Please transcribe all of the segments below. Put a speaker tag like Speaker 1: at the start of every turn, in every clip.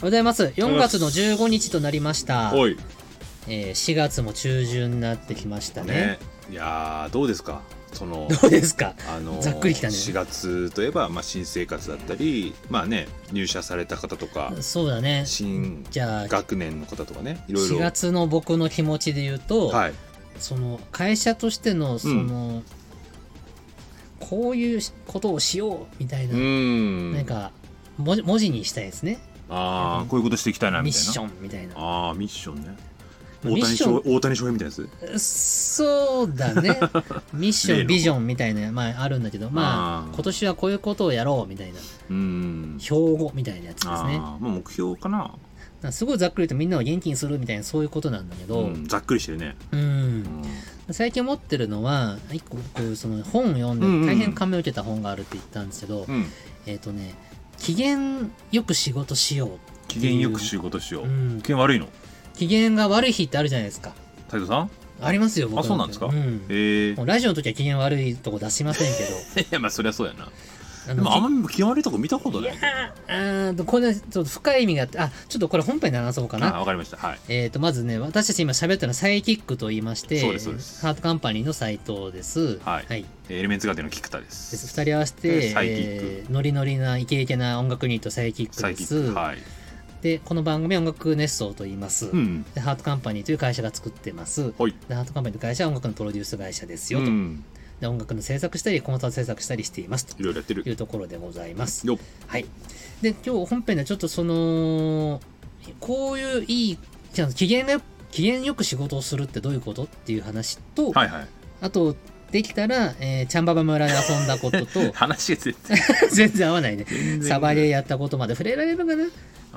Speaker 1: ございます。4月の15日となりました。
Speaker 2: おい
Speaker 1: えー、4月も中旬になってきましたね。
Speaker 2: ねいやーどうですかそ の
Speaker 1: どうですか
Speaker 2: あの
Speaker 1: ざっくりきたね
Speaker 2: 4月といえば、まあ、新生活だったりまあね入社された方とか
Speaker 1: そうだね。
Speaker 2: 新
Speaker 1: じゃあ、
Speaker 2: 学年の方とかねいろい
Speaker 1: 4
Speaker 2: ろ
Speaker 1: 月の僕の気持ちで言うと、
Speaker 2: はい
Speaker 1: その会社としてのその、こういうことをしようみたいうな、
Speaker 2: ーん
Speaker 1: なんか文字文字にしたいですね
Speaker 2: ああこういうことしていきたいなみ
Speaker 1: ミッ
Speaker 2: たいな
Speaker 1: ションみたいな
Speaker 2: ああミッションね
Speaker 1: ミッ
Speaker 2: 大谷
Speaker 1: ショ
Speaker 2: 翔
Speaker 1: ン
Speaker 2: 大谷翔平みたいなやつ
Speaker 1: そうだ ねミッシ
Speaker 2: 例
Speaker 1: ョ
Speaker 2: の
Speaker 1: ンビジョンみたいな、まあ、あるんだけどま
Speaker 2: あ
Speaker 1: あ
Speaker 2: ー
Speaker 1: 今年はこういうことをやろうみたいな
Speaker 2: うーん
Speaker 1: 標語みたいなやつですね
Speaker 2: あーまあ目標かな、
Speaker 1: なんかすごいざっくり言うとみんなを元気にするみたいなそういうことなんだけど、
Speaker 2: うんざっくりしてるね、
Speaker 1: うん
Speaker 2: うん
Speaker 1: 最近思ってるのは一個僕その本を読ん
Speaker 2: うんうん
Speaker 1: で大変感銘を受けた本があるって言ったんですけど、
Speaker 2: うん、
Speaker 1: えっ、とね機嫌よく仕事しよ
Speaker 2: 機嫌よく仕事しよう、
Speaker 1: うん
Speaker 2: 機嫌悪いの
Speaker 1: う機嫌が悪い日ってあるじゃないですか
Speaker 2: 斉藤さん
Speaker 1: ありますよ僕
Speaker 2: あそうなんですか
Speaker 1: うん
Speaker 2: ええ
Speaker 1: もうラジオの時は機嫌悪いとこ出しませんけど
Speaker 2: いやまあそりゃそうやな
Speaker 1: あ
Speaker 2: で
Speaker 1: の
Speaker 2: もあんまり気悪いとこ見たこと
Speaker 1: い
Speaker 2: ない
Speaker 1: や
Speaker 2: けどな
Speaker 1: ーあーこれちょっと深い意味があってあちょっとこれ本編で話そうか
Speaker 2: あ
Speaker 1: な
Speaker 2: わかりましたはい
Speaker 1: えー、とまずね私たち今喋ったのはサイキックと言いまして
Speaker 2: そうですそうです
Speaker 1: ハートカンパニーの斉藤です
Speaker 2: はい
Speaker 1: はい、
Speaker 2: えーエレメンツガーデンの菊田で
Speaker 1: ですす2人合わせ
Speaker 2: えー
Speaker 1: て、
Speaker 2: サイキック
Speaker 1: えーノリノリなイケイケな音楽ユニットサイキック
Speaker 2: サイ
Speaker 1: で
Speaker 2: キ
Speaker 1: す
Speaker 2: ックはい
Speaker 1: でこの番組は音楽熱奏と言います、
Speaker 2: うん
Speaker 1: でハートカンパニーという会社が作ってます
Speaker 2: はい
Speaker 1: でハートカンパニーという会社は音楽のプロデュース会社です
Speaker 2: う
Speaker 1: よと、
Speaker 2: ん
Speaker 1: で音楽の制作したりコンサート制作したりしていますと
Speaker 2: いろいろやってる
Speaker 1: いうところでございます
Speaker 2: よっ
Speaker 1: はいで今日本編ではちょっとそのこういういいじゃあ機嫌がよ機嫌よく仕事をするってどういうことっていう話と、
Speaker 2: はいはい
Speaker 1: あとできたら、えー、チャンババ村で遊んだこと と
Speaker 2: 話が絶 対
Speaker 1: 全然合わないね
Speaker 2: 全然
Speaker 1: サバゲーやったことまで触れられるかな、
Speaker 2: うん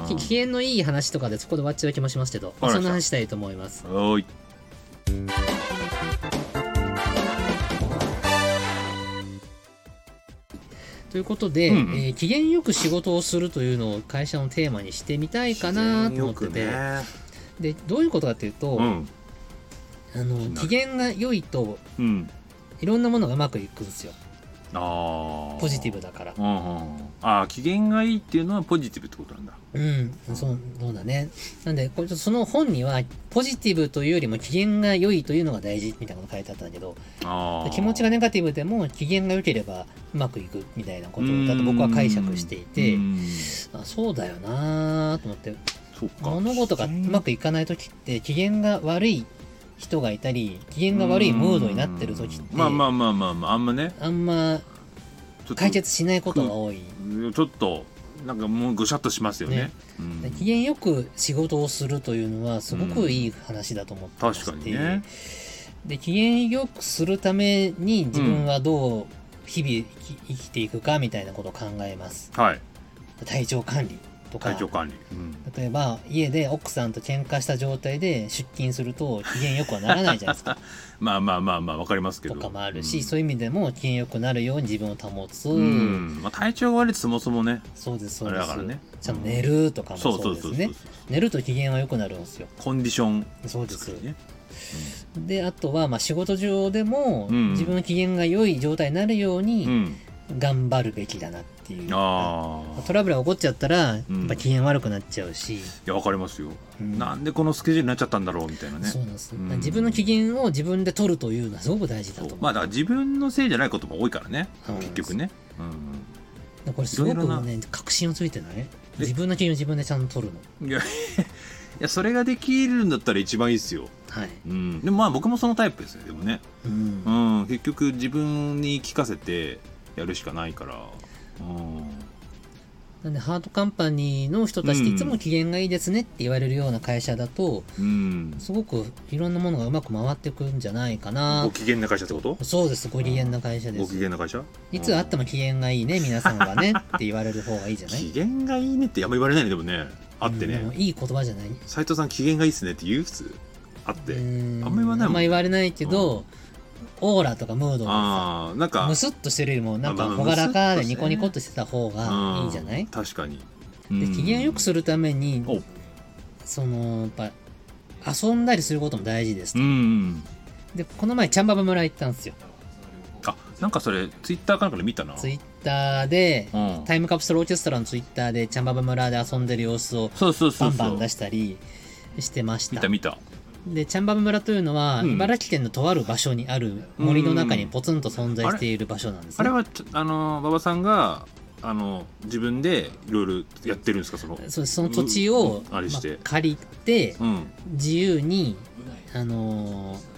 Speaker 1: き機嫌のいい話とかでそこで終わっちゃう気もしますけど、
Speaker 2: わか
Speaker 1: そ
Speaker 2: りました
Speaker 1: んな話したいと思います。
Speaker 2: おーい
Speaker 1: ということで、
Speaker 2: うんうん
Speaker 1: えー機嫌よく仕事をするというのを会社のテーマにしてみたいかなと思って
Speaker 2: 機
Speaker 1: て、
Speaker 2: 嫌よ
Speaker 1: でどういうことかというと、
Speaker 2: くね
Speaker 1: あ
Speaker 2: 気
Speaker 1: の
Speaker 2: にな
Speaker 1: 機
Speaker 2: る
Speaker 1: 嫌が良いと
Speaker 2: うんうん
Speaker 1: いろんなものがうまくいくんですよ
Speaker 2: ああ
Speaker 1: ポジティブだから。
Speaker 2: うんうんああ機嫌がいいっていうのはポジティブってことなんだ
Speaker 1: うん、そうそうだね。なんでこれちょっとその本にはポジティブというよりも機嫌が良いというのが大事みたいなこと書いてあったんだけど
Speaker 2: ああ
Speaker 1: 気持ちがネガティブでも機嫌が良ければうまくいくみたいなことだと僕は解釈していて
Speaker 2: うーん
Speaker 1: あそうだよなーと思って
Speaker 2: そうか
Speaker 1: 物事がうまくいかない時って機嫌が悪い人がいたり機嫌が悪いムードになってる時って
Speaker 2: まあまあまあまあまああんまね
Speaker 1: あんま
Speaker 2: ちょっと
Speaker 1: 解決しないことが多い。
Speaker 2: ちょっとなんかもうぐしゃっとしますよね
Speaker 1: ね
Speaker 2: うん
Speaker 1: で機嫌よく仕事をするというのはすごくいい話だと思ってまして、
Speaker 2: 確かにね
Speaker 1: で機嫌よくするために自分はどう日々生き生きていくかみたいなことを考えます
Speaker 2: はい
Speaker 1: 体調管理とか
Speaker 2: 体調管理、うん
Speaker 1: 例えば家で奥さんと喧嘩した状態で出勤すると機嫌よくはならないじゃないですか
Speaker 2: まあまあまあまあわかりますけど
Speaker 1: とかもあるし、
Speaker 2: うん
Speaker 1: そういう意味でも機嫌よくなるように自分を保つ、
Speaker 2: うんまあ、体調が悪いってそもそもね
Speaker 1: そうですそ
Speaker 2: あ
Speaker 1: う
Speaker 2: れ
Speaker 1: で
Speaker 2: だから
Speaker 1: す、
Speaker 2: ね
Speaker 1: ちゃんと寝るとかもそ
Speaker 2: そ
Speaker 1: う
Speaker 2: そうう
Speaker 1: です
Speaker 2: そうそう
Speaker 1: ね寝ると機嫌は良くなるんですよ
Speaker 2: コンディション
Speaker 1: そうで
Speaker 2: 作
Speaker 1: す
Speaker 2: りね
Speaker 1: であとはまあ仕事上でも
Speaker 2: うん
Speaker 1: 自分の機嫌が良い状態になるよう
Speaker 2: う
Speaker 1: に
Speaker 2: ん
Speaker 1: 頑張るべきだなっていう、
Speaker 2: ああ
Speaker 1: トラブルが起こっちゃったらやっ
Speaker 2: うん
Speaker 1: ぱ機嫌悪くなっちゃうし、
Speaker 2: いやわかりますよ、
Speaker 1: うん
Speaker 2: なんでこのスケジュールになっちゃったんだろうみたいなね
Speaker 1: そうなんです、
Speaker 2: うん
Speaker 1: 自分の機嫌を自分で取るというのはすごく大事だと思う、
Speaker 2: まあだから自分のせいじゃないことも多いからね
Speaker 1: そうなんです
Speaker 2: 結局ね、うん
Speaker 1: これすご
Speaker 2: いろいろ
Speaker 1: く
Speaker 2: な
Speaker 1: ね確信をついてない
Speaker 2: え
Speaker 1: 自分の機嫌を自分でちゃんと取るの
Speaker 2: うん、いや いやそれができるんだったら一番いいですよ、
Speaker 1: はい、
Speaker 2: うん、でもまあ僕もそのタイプですねでもね
Speaker 1: うん
Speaker 2: うん、結局自分に聞かせてやるしかないから、うん、
Speaker 1: なんでハートカンパニーの人たちって
Speaker 2: うん
Speaker 1: いつも機嫌がいいですねって言われるような会社だと
Speaker 2: うん、
Speaker 1: すごくいろんなものがうまく回ってくんじゃないかな
Speaker 2: ご機嫌な会社ってこと
Speaker 1: そうですご機嫌な会社で
Speaker 2: ご
Speaker 1: す
Speaker 2: 機嫌な会社
Speaker 1: いつあっても機嫌がいいね、皆さんはね、 って言われる方がいいじゃ
Speaker 2: うん
Speaker 1: ない
Speaker 2: 機嫌がいいねってあんま言われないねでもね あって
Speaker 1: うんでも
Speaker 2: ね
Speaker 1: いい言葉じゃない。う
Speaker 2: 斎藤さん機嫌がいいっすねって言う普通あって、
Speaker 1: ー
Speaker 2: あんま言わないもん
Speaker 1: あんま言われないけど、オーラとかムードが
Speaker 2: ああなん
Speaker 1: さ、
Speaker 2: か
Speaker 1: ムスッとしてるよりも、なんか
Speaker 2: まあまあ
Speaker 1: 朗らか
Speaker 2: ムスッと
Speaker 1: で
Speaker 2: してね
Speaker 1: ニコニコっとしてた方が
Speaker 2: う
Speaker 1: いいじゃない
Speaker 2: 確かに、
Speaker 1: で、
Speaker 2: うん
Speaker 1: 機嫌よくするために
Speaker 2: お、
Speaker 1: その、やっぱ、遊んだりすることも大事です
Speaker 2: う。ん
Speaker 1: で、この前、チャンババ村行ったんですよ。
Speaker 2: あなんかそれツイッターかなんかで見たな
Speaker 1: ツイッターで、
Speaker 2: うん
Speaker 1: タイムカプセルオーケストラのツイッターで、チャンババ村で遊んでる様子を
Speaker 2: そうそうそ
Speaker 1: バ
Speaker 2: う
Speaker 1: ンバ
Speaker 2: そ
Speaker 1: ン
Speaker 2: う
Speaker 1: 出したりしてまし
Speaker 2: 見
Speaker 1: た。
Speaker 2: た見た
Speaker 1: で、チャンババ村というのは、
Speaker 2: うん
Speaker 1: 茨城県のとある場所にある森の中にポツンと存在している場所なんです
Speaker 2: あれ
Speaker 1: ね。
Speaker 2: はちょあの馬場さんがあの自分でいろいろやってるんですかその
Speaker 1: そうその土地を、
Speaker 2: うんあれして
Speaker 1: まあ借りて、
Speaker 2: うん
Speaker 1: 自由に、あのー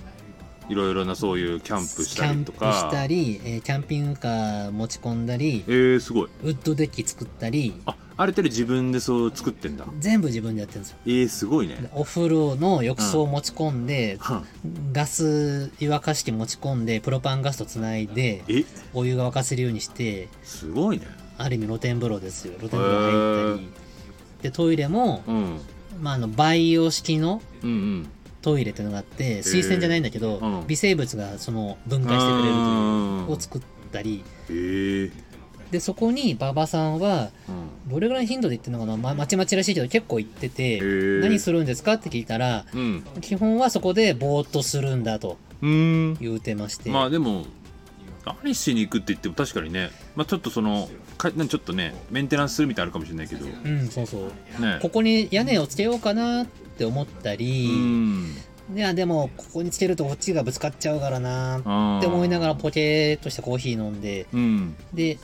Speaker 2: いろいろなそういうキャンプしたり
Speaker 1: キ
Speaker 2: と
Speaker 1: ャンプ
Speaker 2: か
Speaker 1: したり、えーキャンピングカー持ち込んだり
Speaker 2: え、ー、すごい
Speaker 1: ウッドデッキ作ったり、
Speaker 2: あある程度自分でそう作ってんだ
Speaker 1: 全部自分でやってるんですよ。
Speaker 2: えー、すごいね
Speaker 1: でお風呂の浴槽を持ち込んで、
Speaker 2: はん
Speaker 1: ガス湯沸かし器持ち込んで、プロパンガスとつないで、
Speaker 2: え
Speaker 1: お湯が沸かせるようにして、
Speaker 2: すごいね
Speaker 1: ある意味露天風呂ですよ。露天風呂入ったり。で、トイレも、
Speaker 2: うん
Speaker 1: まあ、あの、培養式の
Speaker 2: うん
Speaker 1: トイレっていうのがあって、水洗じゃないんだけど、
Speaker 2: うん
Speaker 1: 微生物がその分
Speaker 2: うん
Speaker 1: 解してくれるというう、
Speaker 2: ん
Speaker 1: を作ったり、
Speaker 2: えー
Speaker 1: で、そこに馬場さんは、
Speaker 2: うん
Speaker 1: どれぐらいの頻度で行ってるのかな、ま、まちまちらしいけど結構行ってて、
Speaker 2: ー
Speaker 1: 何するんですかって聞いたら、
Speaker 2: うん
Speaker 1: 基本はそこでぼーっとするんだと
Speaker 2: うん
Speaker 1: 言うてまして、
Speaker 2: まあでも何しに行くって言っても確かにね、まあ、ちょっとそのかなんかちょっとねメンテナンスするみたいなのあるかもしれないけどね
Speaker 1: うん、そうそう。ここに屋根をつけようかなって思った
Speaker 2: う
Speaker 1: り、
Speaker 2: ん
Speaker 1: いや、でも、ここにつけるとこっちがぶつかっちゃうからなって思いながらポケーっとしたコーヒー飲んで、
Speaker 2: うん
Speaker 1: で、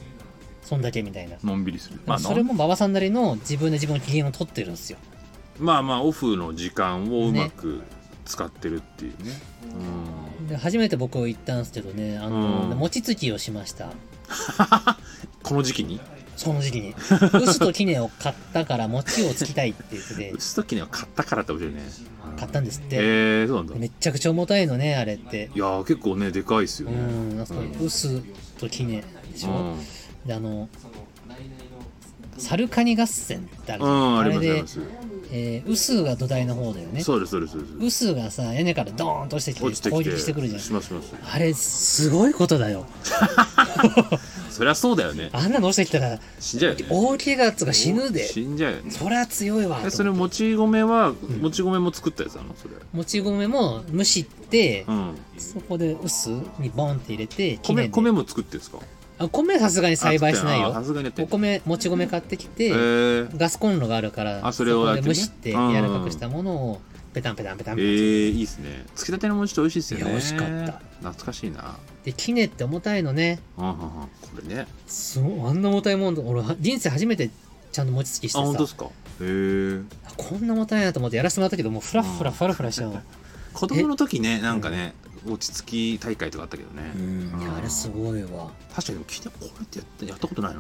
Speaker 1: そんだけみたいな。
Speaker 2: のんびりするまあ
Speaker 1: それも馬場さんなりの自分で自分の機嫌を取ってるんですよ。
Speaker 2: まあまあオフの時間をうまく使ってるっていうねうん
Speaker 1: で初めて僕行ったんですけどね、あの、
Speaker 2: うん
Speaker 1: 餅つきをしました。
Speaker 2: この時期に
Speaker 1: その時期に。 薄と杵を買ったから餅をつきたいって言ってて
Speaker 2: 打、つ時には買ったからってことだよねうん
Speaker 1: 買ったんですって。
Speaker 2: えー、そうなんだ
Speaker 1: めっちゃくちゃ重たいのね、あれって。
Speaker 2: いやー結構ねでかいっすよ
Speaker 1: う
Speaker 2: ね
Speaker 1: ん、あそこに薄と杵でしょ。
Speaker 2: うん
Speaker 1: で、あの、サルカニ合戦ってあるじゃん
Speaker 2: うん、あ
Speaker 1: あ
Speaker 2: り
Speaker 1: れ
Speaker 2: ますあり
Speaker 1: で
Speaker 2: ま、す。
Speaker 1: えー、ウスが土台の方だよね。
Speaker 2: そうです、そうです、そうで
Speaker 1: ウスがさ、屋根からドーンと落ちて
Speaker 2: す。落
Speaker 1: き
Speaker 2: ち
Speaker 1: て
Speaker 2: て
Speaker 1: 攻
Speaker 2: きて。
Speaker 1: 撃してくるじゃん。
Speaker 2: します、します。
Speaker 1: あれ、すごいことだよ。
Speaker 2: そりゃそうだよね。
Speaker 1: あんなの落ちてきたら、
Speaker 2: 死んじゃうよね。
Speaker 1: 大怪我っつうか死ぬで。
Speaker 2: 死んじゃうよね。
Speaker 1: そりゃ強いわ
Speaker 2: え。それ、もち米は、もち米も作ったやつなのそれ。
Speaker 1: もち米も蒸して、
Speaker 2: うん。
Speaker 1: そこで薄にボンって入れて、木
Speaker 2: 米、
Speaker 1: で
Speaker 2: 米も作ってんですか
Speaker 1: あ米さすがに栽培しない
Speaker 2: あ作ってんあさ
Speaker 1: よ。
Speaker 2: すがにやってん
Speaker 1: お
Speaker 2: の。
Speaker 1: 米、もち米買ってきて、
Speaker 2: えー、
Speaker 1: ガスコンロがあるから、
Speaker 2: あそれをやって
Speaker 1: こ
Speaker 2: ね
Speaker 1: で蒸して
Speaker 2: うんうん
Speaker 1: 柔らかくしたものを、ペタンペタンペタン
Speaker 2: え
Speaker 1: ペ
Speaker 2: ー、いいっすね。つきたての餅って美味しいっすよね。
Speaker 1: いや美味しかった。
Speaker 2: 懐かしいな。
Speaker 1: タン。で、キネって重たいのね。
Speaker 2: うん、うん、うん。これね。
Speaker 1: すごい、あんな重たいもん、俺、は人生初めてちゃんと餅つきして
Speaker 2: あ、本当で
Speaker 1: さ、
Speaker 2: すか。えー。
Speaker 1: あこんな重たいなと思ってやらせてもらったけど、もうフラフラフラフラしちゃう。
Speaker 2: 子供の時ね、なんかね、落ち着き大会とかあったけどね。
Speaker 1: うん、いや、あれすごいわ。
Speaker 2: 確かに、聞いた、こうやってやって、やったことないな。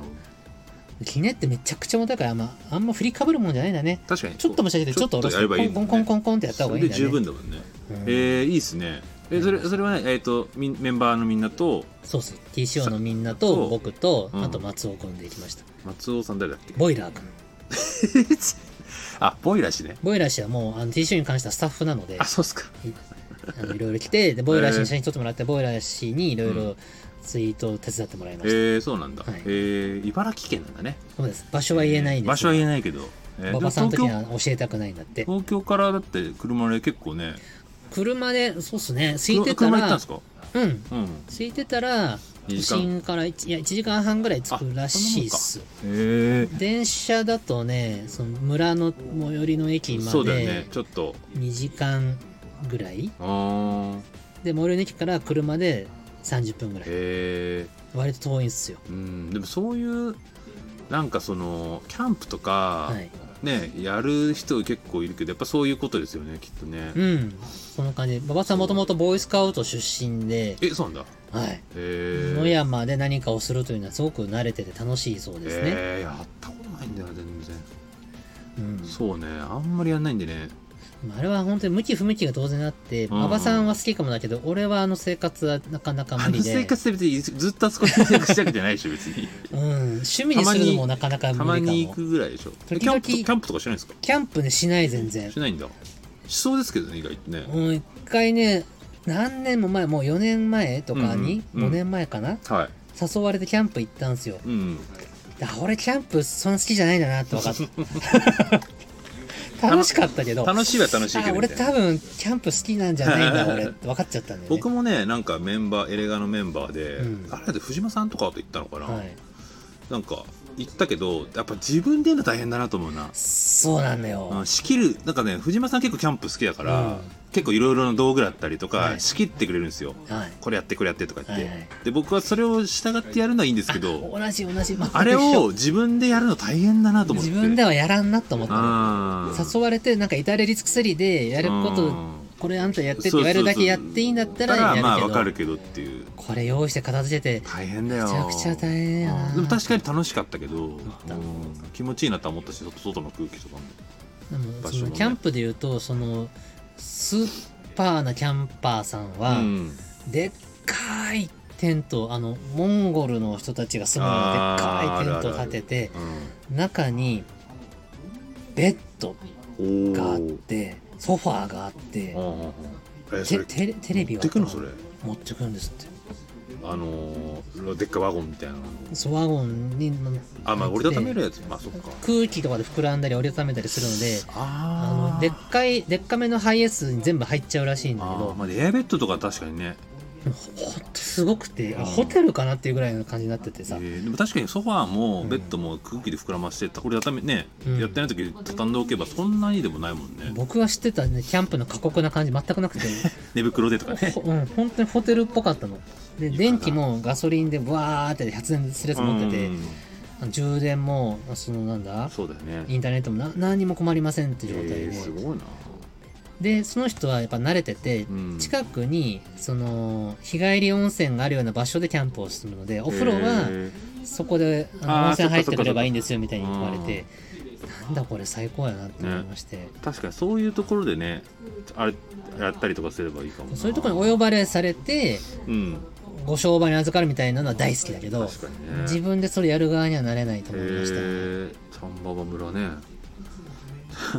Speaker 2: 俺
Speaker 1: キネってめちゃくちゃ重たいから、あんま、あんま振りかぶるもんじゃないんだね。
Speaker 2: 確かに。
Speaker 1: ちょっと持ち上げて、ちょっと下ろし
Speaker 2: やればい
Speaker 1: て、
Speaker 2: い
Speaker 1: コ
Speaker 2: も
Speaker 1: ン
Speaker 2: んね
Speaker 1: コンコンコンってやった方がいいんだ
Speaker 2: そ
Speaker 1: よ
Speaker 2: れ
Speaker 1: ね。
Speaker 2: で十分だもんね。
Speaker 1: うん
Speaker 2: えー、いいっすね。えそれそれはね、えっ、とみんメンバーのみんなと
Speaker 1: そうそう TCO のみんな
Speaker 2: そ
Speaker 1: と
Speaker 2: う
Speaker 1: 僕と
Speaker 2: うん
Speaker 1: あと松尾君で行きました
Speaker 2: 松尾さん誰だっけ？
Speaker 1: ボイラー君
Speaker 2: あボイラー氏ね。
Speaker 1: ボイラー氏はもうあの TCO に関してはスタッフなので
Speaker 2: あそうっすか。
Speaker 1: あのいろいろ来てでボイラー氏に写真撮ってもらってボイラー氏にいろいうろツイートを手伝ってもらいま
Speaker 2: え
Speaker 1: した、
Speaker 2: ー、そうなんだ。
Speaker 1: はい
Speaker 2: えー、茨城県なんだね。
Speaker 1: そうです場所は言えないんです、
Speaker 2: 場所は言えないけど。えー
Speaker 1: 馬場さんの
Speaker 2: で
Speaker 1: 時
Speaker 2: も
Speaker 1: に
Speaker 2: 東
Speaker 1: は教えたくないんだって
Speaker 2: 京東京からだって車で結構ね。
Speaker 1: 車でそうっすね空い
Speaker 2: 車
Speaker 1: てた
Speaker 2: 車行ったん
Speaker 1: ら
Speaker 2: ですか？
Speaker 1: うん
Speaker 2: うん。
Speaker 1: 空いてたら
Speaker 2: 二
Speaker 1: 都
Speaker 2: 時
Speaker 1: 心
Speaker 2: 間
Speaker 1: から1いや1時間半ぐらい着くらしいっす
Speaker 2: えー、
Speaker 1: 電車だとねその村の最寄りの駅ま
Speaker 2: そうだよ
Speaker 1: で
Speaker 2: ね。ちょっと。
Speaker 1: 2時間ぐらい、
Speaker 2: あー
Speaker 1: で最寄りの駅から車で30分ぐらい
Speaker 2: え
Speaker 1: 割と遠いんすよ
Speaker 2: ー、うんでもそういうなんかそのキャンプとか。
Speaker 1: はい
Speaker 2: ねやる人結構いるけどやっぱそういうことですよねきっとね、
Speaker 1: うんその感じ馬場さんもともとボーイスカウト出身で、
Speaker 2: えそうなんだ
Speaker 1: はい、
Speaker 2: へえ
Speaker 1: 野山で何かをするというのはすごく慣れてて楽しいそうですね、
Speaker 2: えーやったことないんだよ全然、
Speaker 1: うん
Speaker 2: そうねあんまりやんないんでね
Speaker 1: まああれは本当に向き不向きが当然あって
Speaker 2: うん
Speaker 1: 馬場さんは好きかもだけど俺はあの生活はなかなか
Speaker 2: あ
Speaker 1: 無
Speaker 2: の
Speaker 1: 理で、う
Speaker 2: 生活で別にずっとあそこで生活したわけじゃないでしょ別に
Speaker 1: ん、趣味にするのもなかなか
Speaker 2: た
Speaker 1: 無
Speaker 2: ま
Speaker 1: 理か
Speaker 2: に行
Speaker 1: も
Speaker 2: くぐらいでしょえ
Speaker 1: 時
Speaker 2: キャ
Speaker 1: 々
Speaker 2: ンプとキャンプとかしないんですか
Speaker 1: キャンプねしない全然
Speaker 2: しないんだしそうですけどね意外とね、
Speaker 1: うん一回ね何年も前もう4年前とかに、
Speaker 2: うんうん
Speaker 1: 5年前かな
Speaker 2: はい
Speaker 1: 誘われてキャンプ行ったんですよ
Speaker 2: うんうん
Speaker 1: あ俺キャンプそんな好きじゃないんだなって分かった 楽しかったけど、あ、
Speaker 2: 楽しいは楽しいけど
Speaker 1: 俺
Speaker 2: みたいな
Speaker 1: 多分、キャンプ好きなんじゃないんだ、俺って分かっちゃったんだよね。
Speaker 2: 僕もねなんかメンバーエレガのメンバーで、
Speaker 1: うん
Speaker 2: あれだって藤間さんとかと行ったのかな、
Speaker 1: はい。
Speaker 2: なんか行ったけどやっぱ自分で言うの大変だなと思うな、
Speaker 1: そうなんだ
Speaker 2: う
Speaker 1: よ
Speaker 2: ん。仕切るなんかね藤間さん結構キャンプ好きだから、
Speaker 1: うん
Speaker 2: 結構いろいろな道具だったりとか、
Speaker 1: はい
Speaker 2: 仕切ってくれるんですよ
Speaker 1: はい。
Speaker 2: これやってこれやってとか言って、
Speaker 1: はいはい
Speaker 2: で僕はそれを従ってやるのはいいんですけど
Speaker 1: 同じ同じ。
Speaker 2: あれを自分でやるの大変だなと思って
Speaker 1: 自分ではやらんなと思ったの。
Speaker 2: あ
Speaker 1: 誘われて、なんか至れり尽くせりで、やること、これあんたやってって言われるだけやっていいんだったらやるけど、
Speaker 2: まあわかるけどっていう
Speaker 1: これ用意して片付けて、
Speaker 2: 大変だ
Speaker 1: め
Speaker 2: よ
Speaker 1: ちゃくちゃ大変やな。
Speaker 2: でも確かに楽しかったけど、
Speaker 1: た
Speaker 2: うん気持ちいいなとは思ったし外外の空気とかも
Speaker 1: でも
Speaker 2: 場
Speaker 1: そ
Speaker 2: 所
Speaker 1: の
Speaker 2: もね
Speaker 1: キャンプでいうとそのスーパーなキャンパーさんは、
Speaker 2: うん
Speaker 1: でっかいテントあのモンゴルの人たちが住むようなでっか
Speaker 2: あー
Speaker 1: いテントを
Speaker 2: ある
Speaker 1: 建
Speaker 2: ある
Speaker 1: てて中にベッド
Speaker 2: うん、お
Speaker 1: があっ
Speaker 2: ー
Speaker 1: てソファーがあって
Speaker 2: うんうんうんえ
Speaker 1: テ
Speaker 2: それ
Speaker 1: テレテレビ
Speaker 2: 持
Speaker 1: が
Speaker 2: ってくのそれ
Speaker 1: 持ってくるんですって
Speaker 2: あのー、でっかいワゴンみたいなの
Speaker 1: ソワゴンに乗って
Speaker 2: あまあ折りたためるやつまあそっか
Speaker 1: 空気とかで膨らんだり折りたためたりするのであの
Speaker 2: あー
Speaker 1: でっかいでっかめのハイエースに全部入っちゃうらしいんだけ
Speaker 2: あ
Speaker 1: ど
Speaker 2: ーまあエアベッドとか確かにね、
Speaker 1: ほんとすごくて、あホテルかなっていうぐらいの感じになってて
Speaker 2: え
Speaker 1: さ、
Speaker 2: ーでも確かにソファーも
Speaker 1: うん
Speaker 2: ベッドも空気で膨らましてたこれ畳めね、
Speaker 1: うん
Speaker 2: やってない時畳んでおけばそんなにでもないもんね
Speaker 1: 僕が知ってたね、キャンプの過酷な感じ全くなく て、
Speaker 2: 寝袋でとかね
Speaker 1: ほうん、本当にホテルっぽかったの。で、
Speaker 2: いかな
Speaker 1: 電気もガソリンでわーって発電するやつ持ってて
Speaker 2: う、ん
Speaker 1: あの充電も、あそのなんだ、
Speaker 2: そうだよね
Speaker 1: インターネットもな何にも困りませんって状態で、
Speaker 2: えーすごいな
Speaker 1: で、その人はやっぱ慣れてて、
Speaker 2: うん
Speaker 1: 近くに、その、日帰り温泉があるような場所でキャンプをするので、お風呂は、
Speaker 2: え
Speaker 1: そこであの
Speaker 2: あー
Speaker 1: 温泉入っ
Speaker 2: そ
Speaker 1: て
Speaker 2: っ
Speaker 1: く
Speaker 2: かそっか
Speaker 1: ればいいんですよみたいに言われて、なんだこれ最高やなって思いまして、
Speaker 2: ー確かにそういうところでねあれやったりとかすればいいかもな
Speaker 1: そういうところにお呼ばれされて
Speaker 2: うん
Speaker 1: ご商売に預かるみたいなのは大好きだけど
Speaker 2: 確かにね
Speaker 1: 自分でそれやる側にはなれないと思いました、
Speaker 2: えー丹波場村ね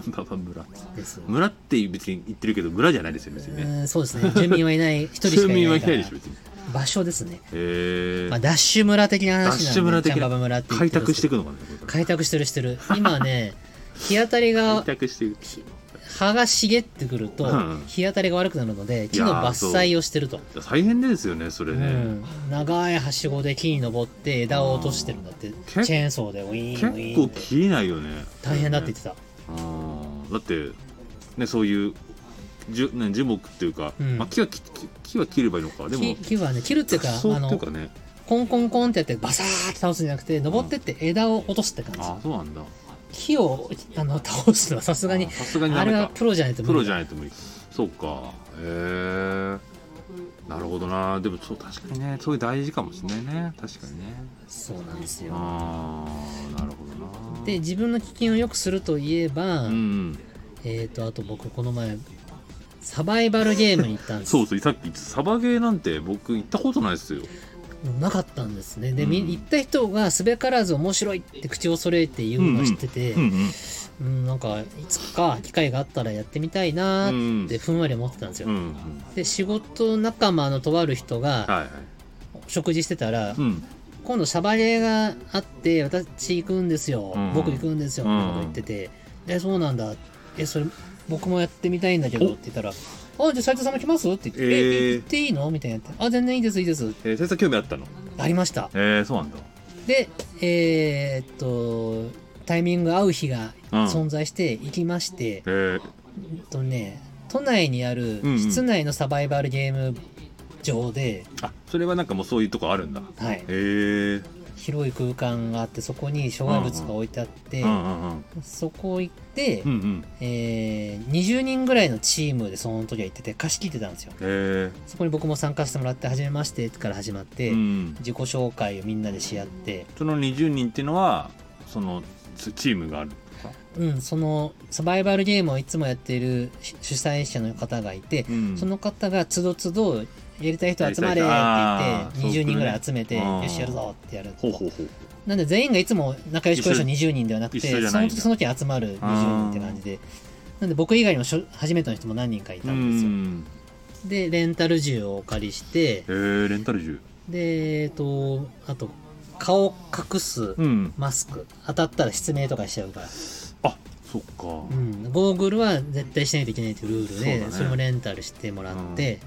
Speaker 2: 丹波場村
Speaker 1: です
Speaker 2: 村って別に言ってるけど村じゃないですよ別に
Speaker 1: う
Speaker 2: ね
Speaker 1: んそうですね住民はいない一人し
Speaker 2: 住
Speaker 1: かい
Speaker 2: 民
Speaker 1: な
Speaker 2: はいい
Speaker 1: か
Speaker 2: ないでしょ
Speaker 1: ら
Speaker 2: 別に
Speaker 1: 場所ですね、
Speaker 2: え
Speaker 1: まあ、ダッシュ村的な話なんで
Speaker 2: ダッシュ村的な
Speaker 1: キャンババ村って言っ
Speaker 2: 開
Speaker 1: るんで
Speaker 2: 拓
Speaker 1: す
Speaker 2: し
Speaker 1: け
Speaker 2: て
Speaker 1: ど
Speaker 2: いくのかね
Speaker 1: 開拓してるしてる今 ね日当たりが
Speaker 2: 開拓していく
Speaker 1: 葉が茂ってくると
Speaker 2: うん
Speaker 1: 日当たりが悪くなるので木の伐採をしてると、
Speaker 2: 大変ですよねそれ
Speaker 1: う
Speaker 2: ね、
Speaker 1: ん、長いはしごで木に登って枝を落としてるんだってチ
Speaker 2: 結構
Speaker 1: ェーンソーでウィーンウィ
Speaker 2: 結
Speaker 1: ーン
Speaker 2: 構
Speaker 1: って
Speaker 2: 切れないよね
Speaker 1: 大変だって言ってた、
Speaker 2: うんだってねそういう樹,、ね、樹木っていうか、
Speaker 1: うん
Speaker 2: まあ、木は木木木は切ればいいのかでも
Speaker 1: 木木はね切るっていうか
Speaker 2: そう
Speaker 1: あ
Speaker 2: ってい
Speaker 1: の
Speaker 2: うかね
Speaker 1: コンコンコンってやってバサーって倒すんじゃなくて登ってって枝を落とすって感じ、
Speaker 2: あそうなんだ
Speaker 1: 木をあの倒すのはさすがに
Speaker 2: あさすがに
Speaker 1: あ
Speaker 2: ダ
Speaker 1: れ
Speaker 2: メ
Speaker 1: は
Speaker 2: か
Speaker 1: プロじゃないと
Speaker 2: プ
Speaker 1: 無
Speaker 2: ロ
Speaker 1: 理
Speaker 2: じゃ
Speaker 1: だ
Speaker 2: ないと無理そうかへえなるほどなでもそう確かにねそういう大事かもしれないね確かにね
Speaker 1: そうなんですよ
Speaker 2: ああなるほどな
Speaker 1: で自分の危険を良くするといえば、
Speaker 2: うんうん
Speaker 1: えっ、ー、とあと僕この前サバイバルゲームに行ったんですよ
Speaker 2: そうそうさっき言ってたサバゲーなんて僕行ったことないですよ
Speaker 1: なかったんですねで、み
Speaker 2: うん
Speaker 1: 行った人がすべからず面白いって口を揃えて言うのを知ってて、うん
Speaker 2: んうん
Speaker 1: なんかいつか機会があったらやってみたいなー
Speaker 2: ん
Speaker 1: ってふんわり思ってたんですよ、
Speaker 2: うんうん
Speaker 1: で仕事仲間のとある人が
Speaker 2: はいはい
Speaker 1: 食事してたら、
Speaker 2: うん
Speaker 1: 今度シャバゲーがあって私行くんですよ、
Speaker 2: うん
Speaker 1: 僕行くんですよってこと言ってて、えそうなんだえそれ僕もやってみたいんだけど
Speaker 2: お
Speaker 1: って言ったら「あじゃあ斉藤さんも来ます?」って言って「え
Speaker 2: えー
Speaker 1: 行っていいの?」みたいになって「あ全然いいですいいです
Speaker 2: えー、先生興味あったの」
Speaker 1: ありました
Speaker 2: えー、そうなんだ
Speaker 1: でえーっとタイミング合う日が
Speaker 2: うん
Speaker 1: 存在して行きまして、
Speaker 2: えー、
Speaker 1: えっとね都内にある
Speaker 2: うんうん
Speaker 1: 室内のサバイバルゲーム場で、
Speaker 2: あそれはなんかもうそういうとこあるんだ
Speaker 1: はい
Speaker 2: へえー、
Speaker 1: 広い空間があってそこに障害物が置いてあって、
Speaker 2: うんうんうん
Speaker 1: そこ行って、
Speaker 2: うんうん
Speaker 1: えー20人ぐらいのチームでその時は行ってて貸し切ってたんですよ
Speaker 2: え
Speaker 1: そこに僕も参加してもらって「初めまして」から始まって、
Speaker 2: ー、うん
Speaker 1: 自己紹介をみんなでし合って
Speaker 2: その20人っていうのはそのつチームがある
Speaker 1: うん、そのサバイバルゲームをいつもやっている主主催者の方がいて、
Speaker 2: うん
Speaker 1: その方がつどつどやりたい人集まれって言っ
Speaker 2: やりたい人
Speaker 1: て
Speaker 2: あー
Speaker 1: 20人ぐら
Speaker 2: そう
Speaker 1: い集めて、
Speaker 2: 来るねあー
Speaker 1: よしやるぞってやる
Speaker 2: ほうほうほう
Speaker 1: なんで全員がいつも仲良し恋しの20人ではなくて
Speaker 2: 一緒じゃ
Speaker 1: そ
Speaker 2: な
Speaker 1: の
Speaker 2: いんだ
Speaker 1: 時その時集まる20人って感じでなんで僕以外にもしょ初めての人も何人かいた
Speaker 2: うん
Speaker 1: ですよ、
Speaker 2: ん
Speaker 1: でレンタル銃をお借りして
Speaker 2: へえー、レンタル銃
Speaker 1: でえっとあと顔隠す
Speaker 2: うん
Speaker 1: マスク当たったら失明とかしちゃうから
Speaker 2: あそっか、
Speaker 1: うん、ゴーグルは絶対しないといけないというルールで
Speaker 2: そう
Speaker 1: そ,、
Speaker 2: だね
Speaker 1: れもレンタルしてもらって、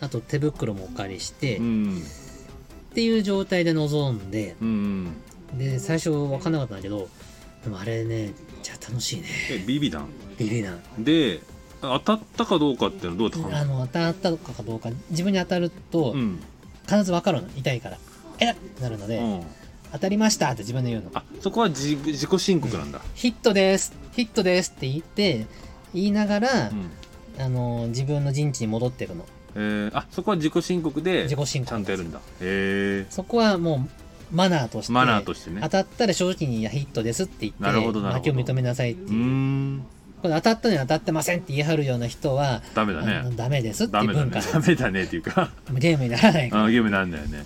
Speaker 1: あと手袋もお借りして、
Speaker 2: う
Speaker 1: っ
Speaker 2: ん
Speaker 1: ていう状態で臨んで
Speaker 2: うん
Speaker 1: で最初分かんなかったんだけどでもあれねじゃあ楽しいね
Speaker 2: えビビ弾
Speaker 1: ビビな
Speaker 2: で当たったかどうかっていうのはどうやって
Speaker 1: あ
Speaker 2: 判
Speaker 1: の当たったかどうか自分に当たると、
Speaker 2: 断うん
Speaker 1: 必ず分かるの痛いから「えっ!」ってなるので、
Speaker 2: うん
Speaker 1: 当たりました」って自分で言うの
Speaker 2: あそこは自自己申告なんだ、
Speaker 1: 「ヒットですヒットです」って言って言いながら、
Speaker 2: うん
Speaker 1: あの自分の陣地に戻ってるの
Speaker 2: えー、あそこは自己申告で
Speaker 1: 自己申
Speaker 2: ちゃ
Speaker 1: 告
Speaker 2: んとやるんだへえ
Speaker 1: そこはもうマナーとして
Speaker 2: マナーとしてね
Speaker 1: 当たったら正直にいやヒットですって言って
Speaker 2: なるほどなるほ
Speaker 1: 負け
Speaker 2: ど
Speaker 1: を認めなさいって
Speaker 2: う
Speaker 1: いう、
Speaker 2: ーん
Speaker 1: これ当たったのに当たってませんって言い張るような人は
Speaker 2: ダメだ
Speaker 1: あの
Speaker 2: ね
Speaker 1: ダメですって
Speaker 2: ダ
Speaker 1: いう
Speaker 2: メだ
Speaker 1: 文化
Speaker 2: ね ダメだねっていうか
Speaker 1: ゲームにならないから
Speaker 2: あゲームなんだよね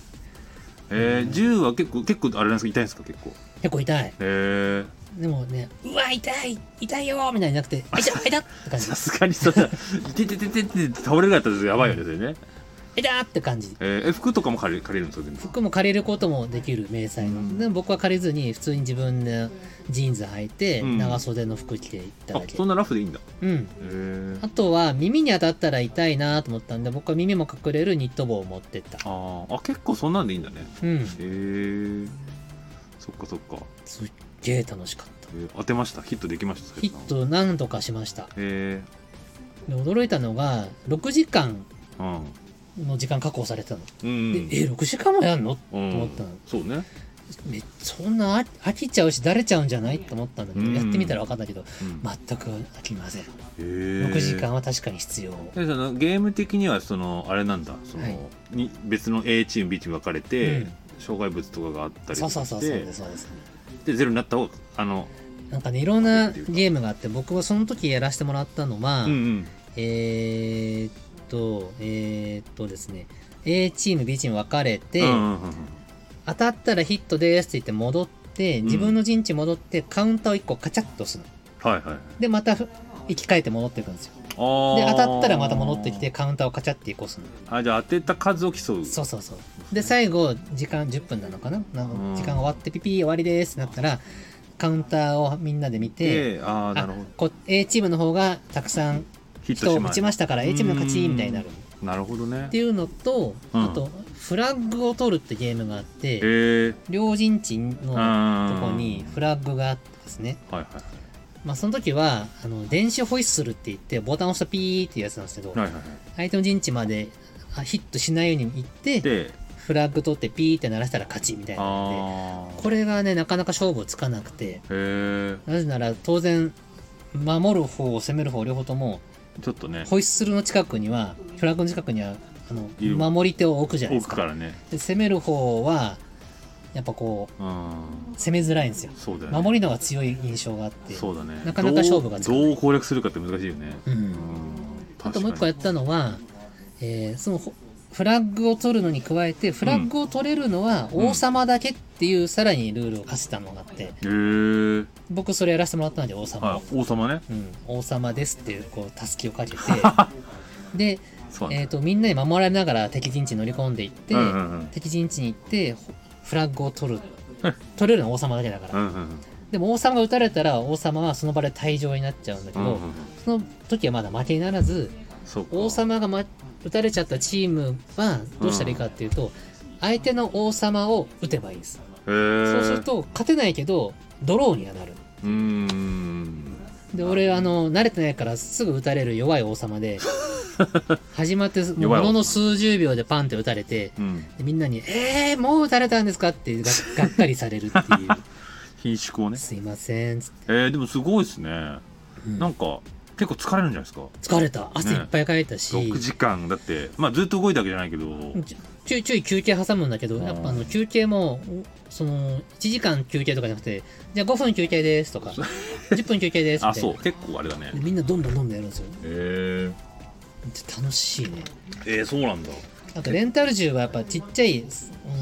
Speaker 2: えー、銃は結構結構あれなんですか痛いんですか結構へ
Speaker 1: 結構痛い
Speaker 2: え
Speaker 1: でもねうわ痛い痛いよーみたいになくて「あいたあいた!」って感じ
Speaker 2: さすがにそん な「ててててて」って倒れるやったらやばいよねそれね、
Speaker 1: 「えだ!」って感じ
Speaker 2: えーえ服とかも借り借りるんですか全部
Speaker 1: 服も借りることもできる迷彩の、
Speaker 2: うん
Speaker 1: でも僕は借りずに普通に自分のジーンズ履いて、
Speaker 2: うん
Speaker 1: 長袖の服着ていっただ
Speaker 2: あ
Speaker 1: け
Speaker 2: そんなラフでいいんだ
Speaker 1: うん
Speaker 2: へえ
Speaker 1: あとは耳に当たったら痛いなと思ったんで僕は耳も隠れるニット帽を持ってった
Speaker 2: あーあ結構そんなんでいいんだね
Speaker 1: うん
Speaker 2: へえそっかそっか、
Speaker 1: すっげえ楽しかった
Speaker 2: えー当てましたヒットできました
Speaker 1: ヒット何度かしました
Speaker 2: へえ
Speaker 1: で驚いたのが6時間
Speaker 2: うん
Speaker 1: の時間確保されてたの、
Speaker 2: うん
Speaker 1: でえ6時間もやんの
Speaker 2: うん
Speaker 1: 思ったの
Speaker 2: そうね、
Speaker 1: めそんな飽飽きちゃうしだれちゃうんじゃないと思ったんだけど、
Speaker 2: うん
Speaker 1: やってみたら分かったけど
Speaker 2: うん
Speaker 1: 全く飽きません
Speaker 2: へー
Speaker 1: 6時間は確かに必要
Speaker 2: でそのゲーム的にはそのあれなんだその、
Speaker 1: はい
Speaker 2: に別の A チーム B チーム分かれて、
Speaker 1: うん
Speaker 2: 障害物とかがあったり
Speaker 1: そ
Speaker 2: と
Speaker 1: うそ
Speaker 2: か
Speaker 1: うそうそう
Speaker 2: して
Speaker 1: ですそうです
Speaker 2: でゼロになった方があの
Speaker 1: なんかねいろんなゲームがあって僕はその時やらせてもらったのは、
Speaker 2: うんうん
Speaker 1: えーっとえーっとですね A チーム B チーム分かれて、
Speaker 2: うんうんうん
Speaker 1: 当たったらヒットですって言って戻って
Speaker 2: うん
Speaker 1: 自分の陣地戻ってカウンターを1個カチャッと押すの
Speaker 2: はいはい
Speaker 1: でまたふ生き返って戻っていくんですよで
Speaker 2: あー
Speaker 1: 当たったらまた戻ってきてカウンターをカチャッて1個押すの
Speaker 2: あじゃあ当てた数を競う
Speaker 1: そうそうそうで最後時間10分なのかなな
Speaker 2: うん
Speaker 1: 時間終わってピピー終わりですってなったらカウンターをみんなで見て、
Speaker 2: でああな
Speaker 1: あ
Speaker 2: るほど
Speaker 1: こ A チームの方がたくさん
Speaker 2: ヒッ
Speaker 1: 人を
Speaker 2: ト
Speaker 1: 打
Speaker 2: し
Speaker 1: ち
Speaker 2: ま
Speaker 1: ま
Speaker 2: い
Speaker 1: したから A チームの勝ちみたいになる
Speaker 2: う
Speaker 1: っ
Speaker 2: なるほどね
Speaker 1: ていうのと、
Speaker 2: うん
Speaker 1: あとフラッグを取るってゲームがあって、
Speaker 2: ええ
Speaker 1: 両陣地のと
Speaker 2: あ
Speaker 1: こにフラッグがあってですね
Speaker 2: はいはい
Speaker 1: まあその時はあの電子ホイッスルって言ってボタンを押したピーっていうやつなんですけど、
Speaker 2: はいはいは
Speaker 1: 相手の陣地まであヒットしないように行って
Speaker 2: いで
Speaker 1: フラッグ取ってピーって鳴らしたら勝ちみたいなの
Speaker 2: あ
Speaker 1: で
Speaker 2: あ
Speaker 1: これがねなかなか勝負つかなくて
Speaker 2: へえ
Speaker 1: なぜなら当然守る方を攻める方両方とも
Speaker 2: ちょっとね
Speaker 1: ホイッスルの近くにはフラッグの近くにはあ
Speaker 2: いる
Speaker 1: の守り手を置くじゃないです
Speaker 2: 奥
Speaker 1: か
Speaker 2: からね
Speaker 1: で攻める方はやっぱこう
Speaker 2: うん
Speaker 1: 攻めづらいんですよ
Speaker 2: そうだよね
Speaker 1: 守りのが強い印象があって
Speaker 2: そうだね
Speaker 1: なかなか勝負がつか
Speaker 2: ど
Speaker 1: ないう
Speaker 2: どう攻略するかって難しいよね
Speaker 1: う
Speaker 2: うん
Speaker 1: んあ
Speaker 2: 確か
Speaker 1: と
Speaker 2: に
Speaker 1: もう一個やったのは、えーそのほフラッグを取るのに加えてフラッグを取れるのは王様だけっていうさらにルールを課せたのがあって
Speaker 2: へー
Speaker 1: 僕それやらせてもらったので王様、
Speaker 2: はい王様ね
Speaker 1: うん、王様ですっていうこうたすきをかけ てで、
Speaker 2: そうなん
Speaker 1: えー、
Speaker 2: だ
Speaker 1: とみんなに守られながら敵陣地に乗り込んでいって、
Speaker 2: うんうんうん
Speaker 1: 敵陣地に行ってほフラッグを取る
Speaker 2: うん
Speaker 1: 取れるのは王様だけだから、
Speaker 2: うんうん
Speaker 1: でも王様が撃たれたら王様はその場で退場になっちゃうんだけ
Speaker 2: う
Speaker 1: ど、
Speaker 2: んうん
Speaker 1: その時はまだ負けにならず
Speaker 2: そうか
Speaker 1: 王様が、ま、打たれちゃったチームはどうしたらいいかっていうと、相手の王様を打てばいいです、
Speaker 2: へー
Speaker 1: そうすると勝てないけどドローにはなる
Speaker 2: うーん
Speaker 1: で俺あの慣れてないからすぐ打たれる弱い王様 で始まってもう
Speaker 2: 弱い
Speaker 1: も
Speaker 2: 王
Speaker 1: のの数十秒でパンって打たれて
Speaker 2: うん
Speaker 1: でみんなに「えー、もう打たれたんですか?」ってががっかりされるってい
Speaker 2: 品縮を
Speaker 1: う「
Speaker 2: ね
Speaker 1: すいません」つって、
Speaker 2: えーでもすごいですね
Speaker 1: うん
Speaker 2: なんか結構疲れるんじゃないですか
Speaker 1: 疲れた汗いっぱいかいたし、
Speaker 2: 6時間だってまあずっと動いたわけじゃないけど
Speaker 1: ちょちょいちょい休憩挟むんだけど、
Speaker 2: うん
Speaker 1: やっぱあの休憩も、その、1時間休憩とかじゃなくて、じゃあ5分休憩ですとか、10分休憩ですみ
Speaker 2: あ
Speaker 1: たい
Speaker 2: そ
Speaker 1: な
Speaker 2: う結構あれだね
Speaker 1: でみんなどんどんどんどんやるんですよ。
Speaker 2: へ
Speaker 1: 楽しいね。
Speaker 2: えそうなんだ
Speaker 1: あとレンタル銃はやっぱちっちゃいう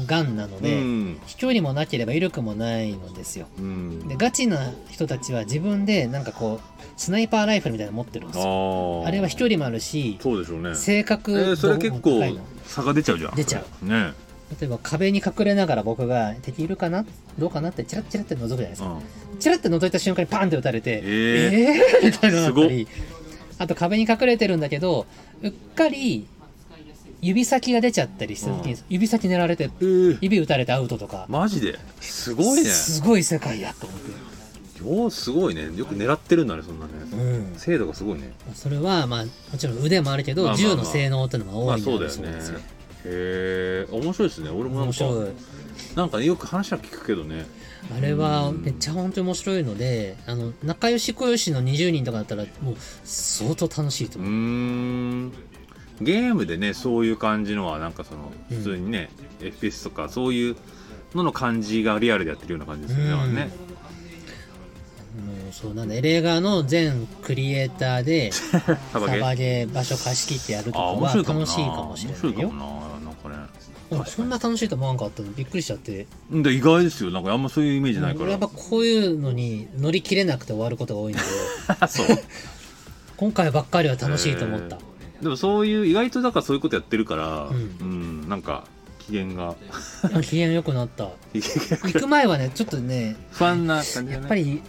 Speaker 1: んガンなの
Speaker 2: う
Speaker 1: で、
Speaker 2: ん
Speaker 1: 飛距離もなければ威力もないのですよ。
Speaker 2: うん
Speaker 1: で、ガチな人たちは自分でなんかこう、スナイパーライフルみたいなの持ってるんですよ。
Speaker 2: あ
Speaker 1: あれは飛距離もあるし、
Speaker 2: そうでしょうね
Speaker 1: 性格
Speaker 2: えーそれ結
Speaker 1: 度も高い
Speaker 2: 構
Speaker 1: の
Speaker 2: 差が出ちゃうじゃん
Speaker 1: 出ちゃ
Speaker 2: うね
Speaker 1: 例えば壁に隠れながら僕が敵いるかなどうかなってチラッチラッて覗くじゃないですか。
Speaker 2: うん
Speaker 1: チラッて覗いた瞬間にパンって撃たれて、
Speaker 2: え
Speaker 1: えーみたいなのだったり、あと壁に隠れてるんだけど、うっかり指先が出ちゃったりした時に
Speaker 2: うん
Speaker 1: 指先狙われて、
Speaker 2: えー、
Speaker 1: 指打たれてアウトとか、
Speaker 2: マジですごいね
Speaker 1: すごい世界やと思って。
Speaker 2: ようすごいねよく狙ってるんだねそんなね
Speaker 1: うん。
Speaker 2: 精度がすごいね
Speaker 1: それは、まあ、もちろん腕もあるけど、
Speaker 2: まあまあまあ
Speaker 1: 銃の性能ってのが
Speaker 2: ま
Speaker 1: 多
Speaker 2: あ
Speaker 1: いん
Speaker 2: そうだよ
Speaker 1: そう
Speaker 2: ね
Speaker 1: なんですよ。
Speaker 2: へえ面白いですね俺もなん
Speaker 1: 面
Speaker 2: か
Speaker 1: 白い。
Speaker 2: なんかねよく話は聞くけどね
Speaker 1: あれは
Speaker 2: うん
Speaker 1: めっちゃ本当に面白いので、あの、仲良し小良しの20人とかだったら、もう相当楽しいうと
Speaker 2: ー
Speaker 1: 思う。
Speaker 2: んゲームでねそういう感じのはなんかその
Speaker 1: うん
Speaker 2: 普通にね、FPS とかそういうのの感じがリアルでやってるような感じですよね,
Speaker 1: うん
Speaker 2: だからね、
Speaker 1: もうそうなんで、エレガーの全クリエイター で、
Speaker 2: サバゲ
Speaker 1: サ
Speaker 2: ー
Speaker 1: バゲー場所貸し切ってやるとか
Speaker 2: あ
Speaker 1: は
Speaker 2: 面白い
Speaker 1: 楽
Speaker 2: かもな
Speaker 1: しいかもしれ
Speaker 2: 面
Speaker 1: ない
Speaker 2: 白い
Speaker 1: よ
Speaker 2: か。もななんかね
Speaker 1: でもそんな楽しいと思わんかったのびっくりしちゃって。
Speaker 2: うんで意外ですよなんかあんまそういうイメージないか
Speaker 1: 俺やっぱこういうのに乗り切れなくて終わることが多いんで、
Speaker 2: らそう
Speaker 1: 今回ばっかりは楽しいと思った。
Speaker 2: でもそういう意外とだからそういうことやってるから
Speaker 1: う
Speaker 2: うんん、なんか機嫌が
Speaker 1: あ機嫌良くなった。
Speaker 2: 機嫌が
Speaker 1: 行く前はね、ちょっとね、
Speaker 2: 不安な感じ
Speaker 1: や
Speaker 2: だね
Speaker 1: っぱり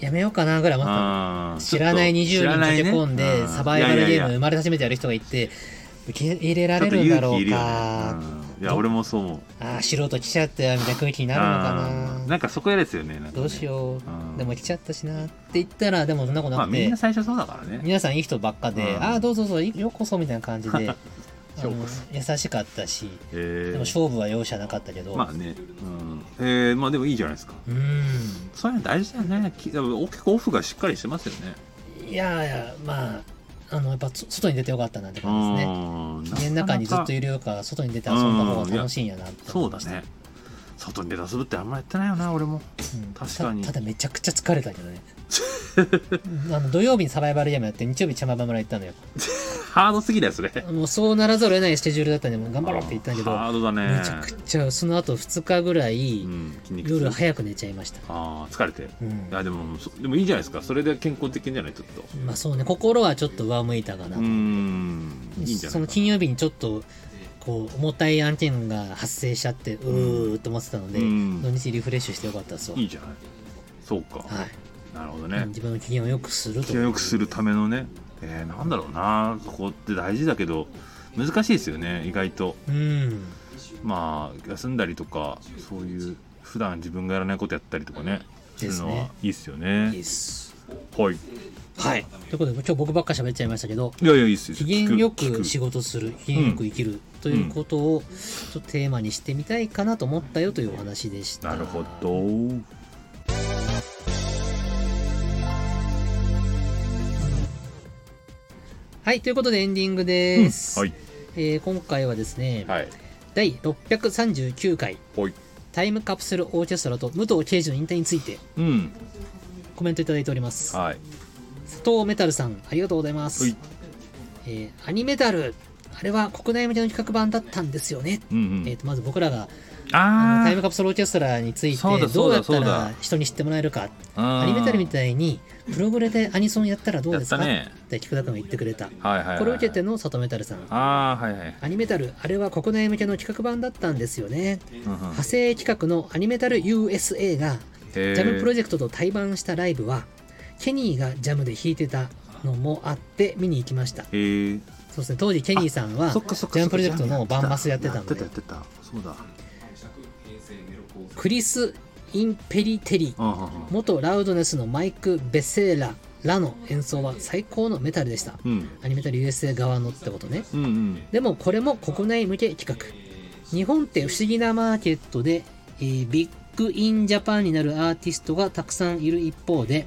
Speaker 1: やめようかなぐらい待ったの
Speaker 2: あー
Speaker 1: 知らない20人溶け込んで、サバイバルゲーム生まれ始めてやる人がいて受け入れられるんだろうか、
Speaker 2: いや俺もそう思う
Speaker 1: ああ素人来ちゃったよみたいな空気になるのか
Speaker 2: うん
Speaker 1: な
Speaker 2: なんかそこやですよねなんかね
Speaker 1: どうしよう、
Speaker 2: うん
Speaker 1: でも来ちゃったしなって言ったらでもそんなこと
Speaker 2: まあ
Speaker 1: なく
Speaker 2: み
Speaker 1: て、
Speaker 2: んな最初そうだからね
Speaker 1: 皆さんいい人ばっかで、
Speaker 2: うん
Speaker 1: ああどうぞどうぞようこそみたいな感じであの
Speaker 2: ようこそ
Speaker 1: 優しかったしで
Speaker 2: え
Speaker 1: も
Speaker 2: ー
Speaker 1: 勝負は容赦なかったけど、
Speaker 2: まあねうんえーまあでもいいじゃないですか
Speaker 1: うー
Speaker 2: そういうの大事だよねき結構オフがしっかりしてますよね
Speaker 1: んいやいやまああのやっぱそ外に出てよかったなって
Speaker 2: う
Speaker 1: 感じですね
Speaker 2: ん
Speaker 1: 家の中にずっといるよりかは外に出て遊んだ方が楽しいんやなって
Speaker 2: そ
Speaker 1: 思いう
Speaker 2: だ
Speaker 1: ました
Speaker 2: ね外に出て遊ぶってあんまやってないよな俺も
Speaker 1: うん
Speaker 2: 確かに
Speaker 1: たただめちゃくちゃ疲れたけどね あの土曜日にサバイバルゲームやって日曜日チャマバ村行ったのよ
Speaker 2: ハードすぎだよそれ
Speaker 1: もうそうならざるを得ないスケジュールだったんでもう頑張ろうって言ったんだけど
Speaker 2: ハードだね
Speaker 1: めちゃくちゃその後2日ぐらい
Speaker 2: うん筋肉痛
Speaker 1: 夜早く寝ちゃいました、
Speaker 2: ああ疲れて
Speaker 1: うん
Speaker 2: いやでもそでもいいじゃないですかそれで健康的じゃないちょっと
Speaker 1: まあそうね心はちょっと上向いたかな
Speaker 2: うーんいいんじゃ
Speaker 1: その
Speaker 2: ないかな
Speaker 1: 金曜日にちょっとこう重たい案件が発生しちゃってうーっと思ってたので、
Speaker 2: うん
Speaker 1: 土日リフレッシュしてよかったですわ
Speaker 2: いいじゃないそうか
Speaker 1: はい
Speaker 2: なるほどね
Speaker 1: 自分の機嫌を良くすると
Speaker 2: 気を良くするためのねえー、なんだろうなそこって大事だけど難しいですよね意外と
Speaker 1: うん
Speaker 2: まあ休んだりとかそういう普段自分がやらないことやったりとかねす
Speaker 1: で
Speaker 2: る
Speaker 1: すね
Speaker 2: のはいいっすよね
Speaker 1: いいっす
Speaker 2: はい
Speaker 1: はいということで今日僕ばっか喋っちゃいましたけど
Speaker 2: いやいやいいっすよ
Speaker 1: 機嫌よ
Speaker 2: 聞
Speaker 1: く
Speaker 2: く
Speaker 1: 仕
Speaker 2: 聞
Speaker 1: 事する機嫌よく生きる、ということをちょっとテーマにしてみたいかなと思ったよというお話でし
Speaker 2: く
Speaker 1: た
Speaker 2: なるほど
Speaker 1: はいということでエンディングです、
Speaker 2: はい
Speaker 1: えー今回はですね、
Speaker 2: はい
Speaker 1: 第639回
Speaker 2: ほい
Speaker 1: タイムカプセルオーケストラと武藤敬司の引退について
Speaker 2: うん
Speaker 1: コメントいただいております
Speaker 2: はい
Speaker 1: 佐藤メタルさんありがとうございます、
Speaker 2: はい
Speaker 1: えーアニメタルあれは国内向けの企画版だったんですよね、
Speaker 2: うんうん、
Speaker 1: えーとまず僕らがあの
Speaker 2: あ
Speaker 1: タイ
Speaker 2: ー
Speaker 1: ムカプセルオーケストラについ
Speaker 2: そう
Speaker 1: て
Speaker 2: だ
Speaker 1: ど
Speaker 2: そう
Speaker 1: うや
Speaker 2: だ
Speaker 1: ったら人に知ってもらえるかアニメタルみたいにプログレでアニソンやったらどうですかっ
Speaker 2: やったね
Speaker 1: て菊田君が言ってくれた
Speaker 2: はいはいはい、
Speaker 1: これを受けての里メタルさん
Speaker 2: ああはいはい、
Speaker 1: アニメタルあれは国内向けの企画版だったんですよね
Speaker 2: うんうん、
Speaker 1: 派生企画のアニメタル USA が
Speaker 2: へー
Speaker 1: ジャムプロジェクトと対バンしたライブはケニーがジャムで弾いてたのもあって見に行きました
Speaker 2: へえ
Speaker 1: そうですね当時ケニーさんはジ
Speaker 2: そっかそっか
Speaker 1: ャムプロジェクトのバンマスやってた
Speaker 2: や
Speaker 1: ん
Speaker 2: って
Speaker 1: で
Speaker 2: たやってたそうだ
Speaker 1: クリス・インペリテリ
Speaker 2: うんうんうん
Speaker 1: 元ラウドネスのマイク・ベセーラらの演奏は最高のメタルでした
Speaker 2: うん
Speaker 1: アニメタル USA 側のってことね
Speaker 2: うんうん
Speaker 1: でもこれも国内向け企画日本って不思議なマーケットで、えービッグインジャパンになるアーティストがたくさんいる一方で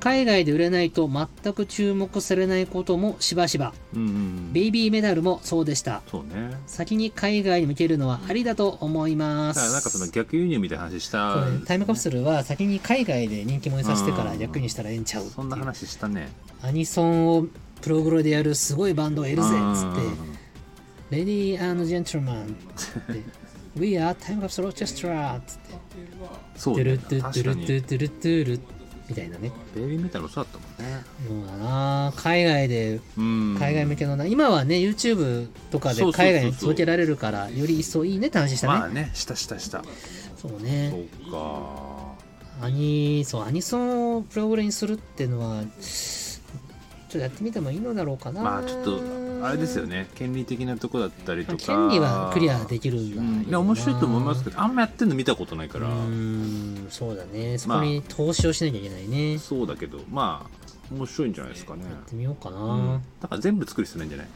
Speaker 1: 海外で売れないと全く注目されないこともしばしば
Speaker 2: うんうん
Speaker 1: ベイビーメダルもそうでした
Speaker 2: そうね
Speaker 1: 先に海外に向けるのはありだと思いま
Speaker 2: だから
Speaker 1: す
Speaker 2: なんかその逆輸入みたいな話し
Speaker 1: そ
Speaker 2: た
Speaker 1: うねタイムカプ
Speaker 2: ル
Speaker 1: セルは先に海外で人気燃えさせてから逆にしたらええんちゃうってい
Speaker 2: そんな
Speaker 1: う
Speaker 2: 話したね
Speaker 1: アニソンをプログロでやるすごいバンドがいるぜっつ
Speaker 2: う
Speaker 1: っ
Speaker 2: ん
Speaker 1: て
Speaker 2: うんうん
Speaker 1: 「レディージェントルマ ン」って「We are Time Capsule Orchestra」っつって「
Speaker 2: そう
Speaker 1: ドゥ
Speaker 2: ね
Speaker 1: ルトゥドゥ
Speaker 2: 確か
Speaker 1: ルトゥ
Speaker 2: に
Speaker 1: ドゥルトゥルみたいなね。
Speaker 2: ベビーメタルもそうだったもんね。
Speaker 1: そうだな海外で、
Speaker 2: うん。
Speaker 1: 海外向けのな、今はね、YouTube とかで
Speaker 2: そうそうそうそ
Speaker 1: 海
Speaker 2: う
Speaker 1: 外に届けられるから、より一層いいねって話したね。
Speaker 2: まあね、したしたした。
Speaker 1: そう
Speaker 2: そ
Speaker 1: ね。
Speaker 2: うか。
Speaker 1: アニ、そう、アニソンをプログレにするってのは、ちょっとやってみてもいいのだろうかな。
Speaker 2: まあちょっと、あれですよ。ね、権利的なとこだったり
Speaker 1: ま
Speaker 2: と
Speaker 1: あ
Speaker 2: か。
Speaker 1: 権利はクリアできるんだ、
Speaker 2: うんいや面白いと思いますけどあんまやってんの見たことないから、
Speaker 1: うーんそうだねそこに投資をしなきゃいけないね、
Speaker 2: そうだけどまあ面白いんじゃないですかね、
Speaker 1: やってみようかな、
Speaker 2: うんだから全部作る必要ないんじゃない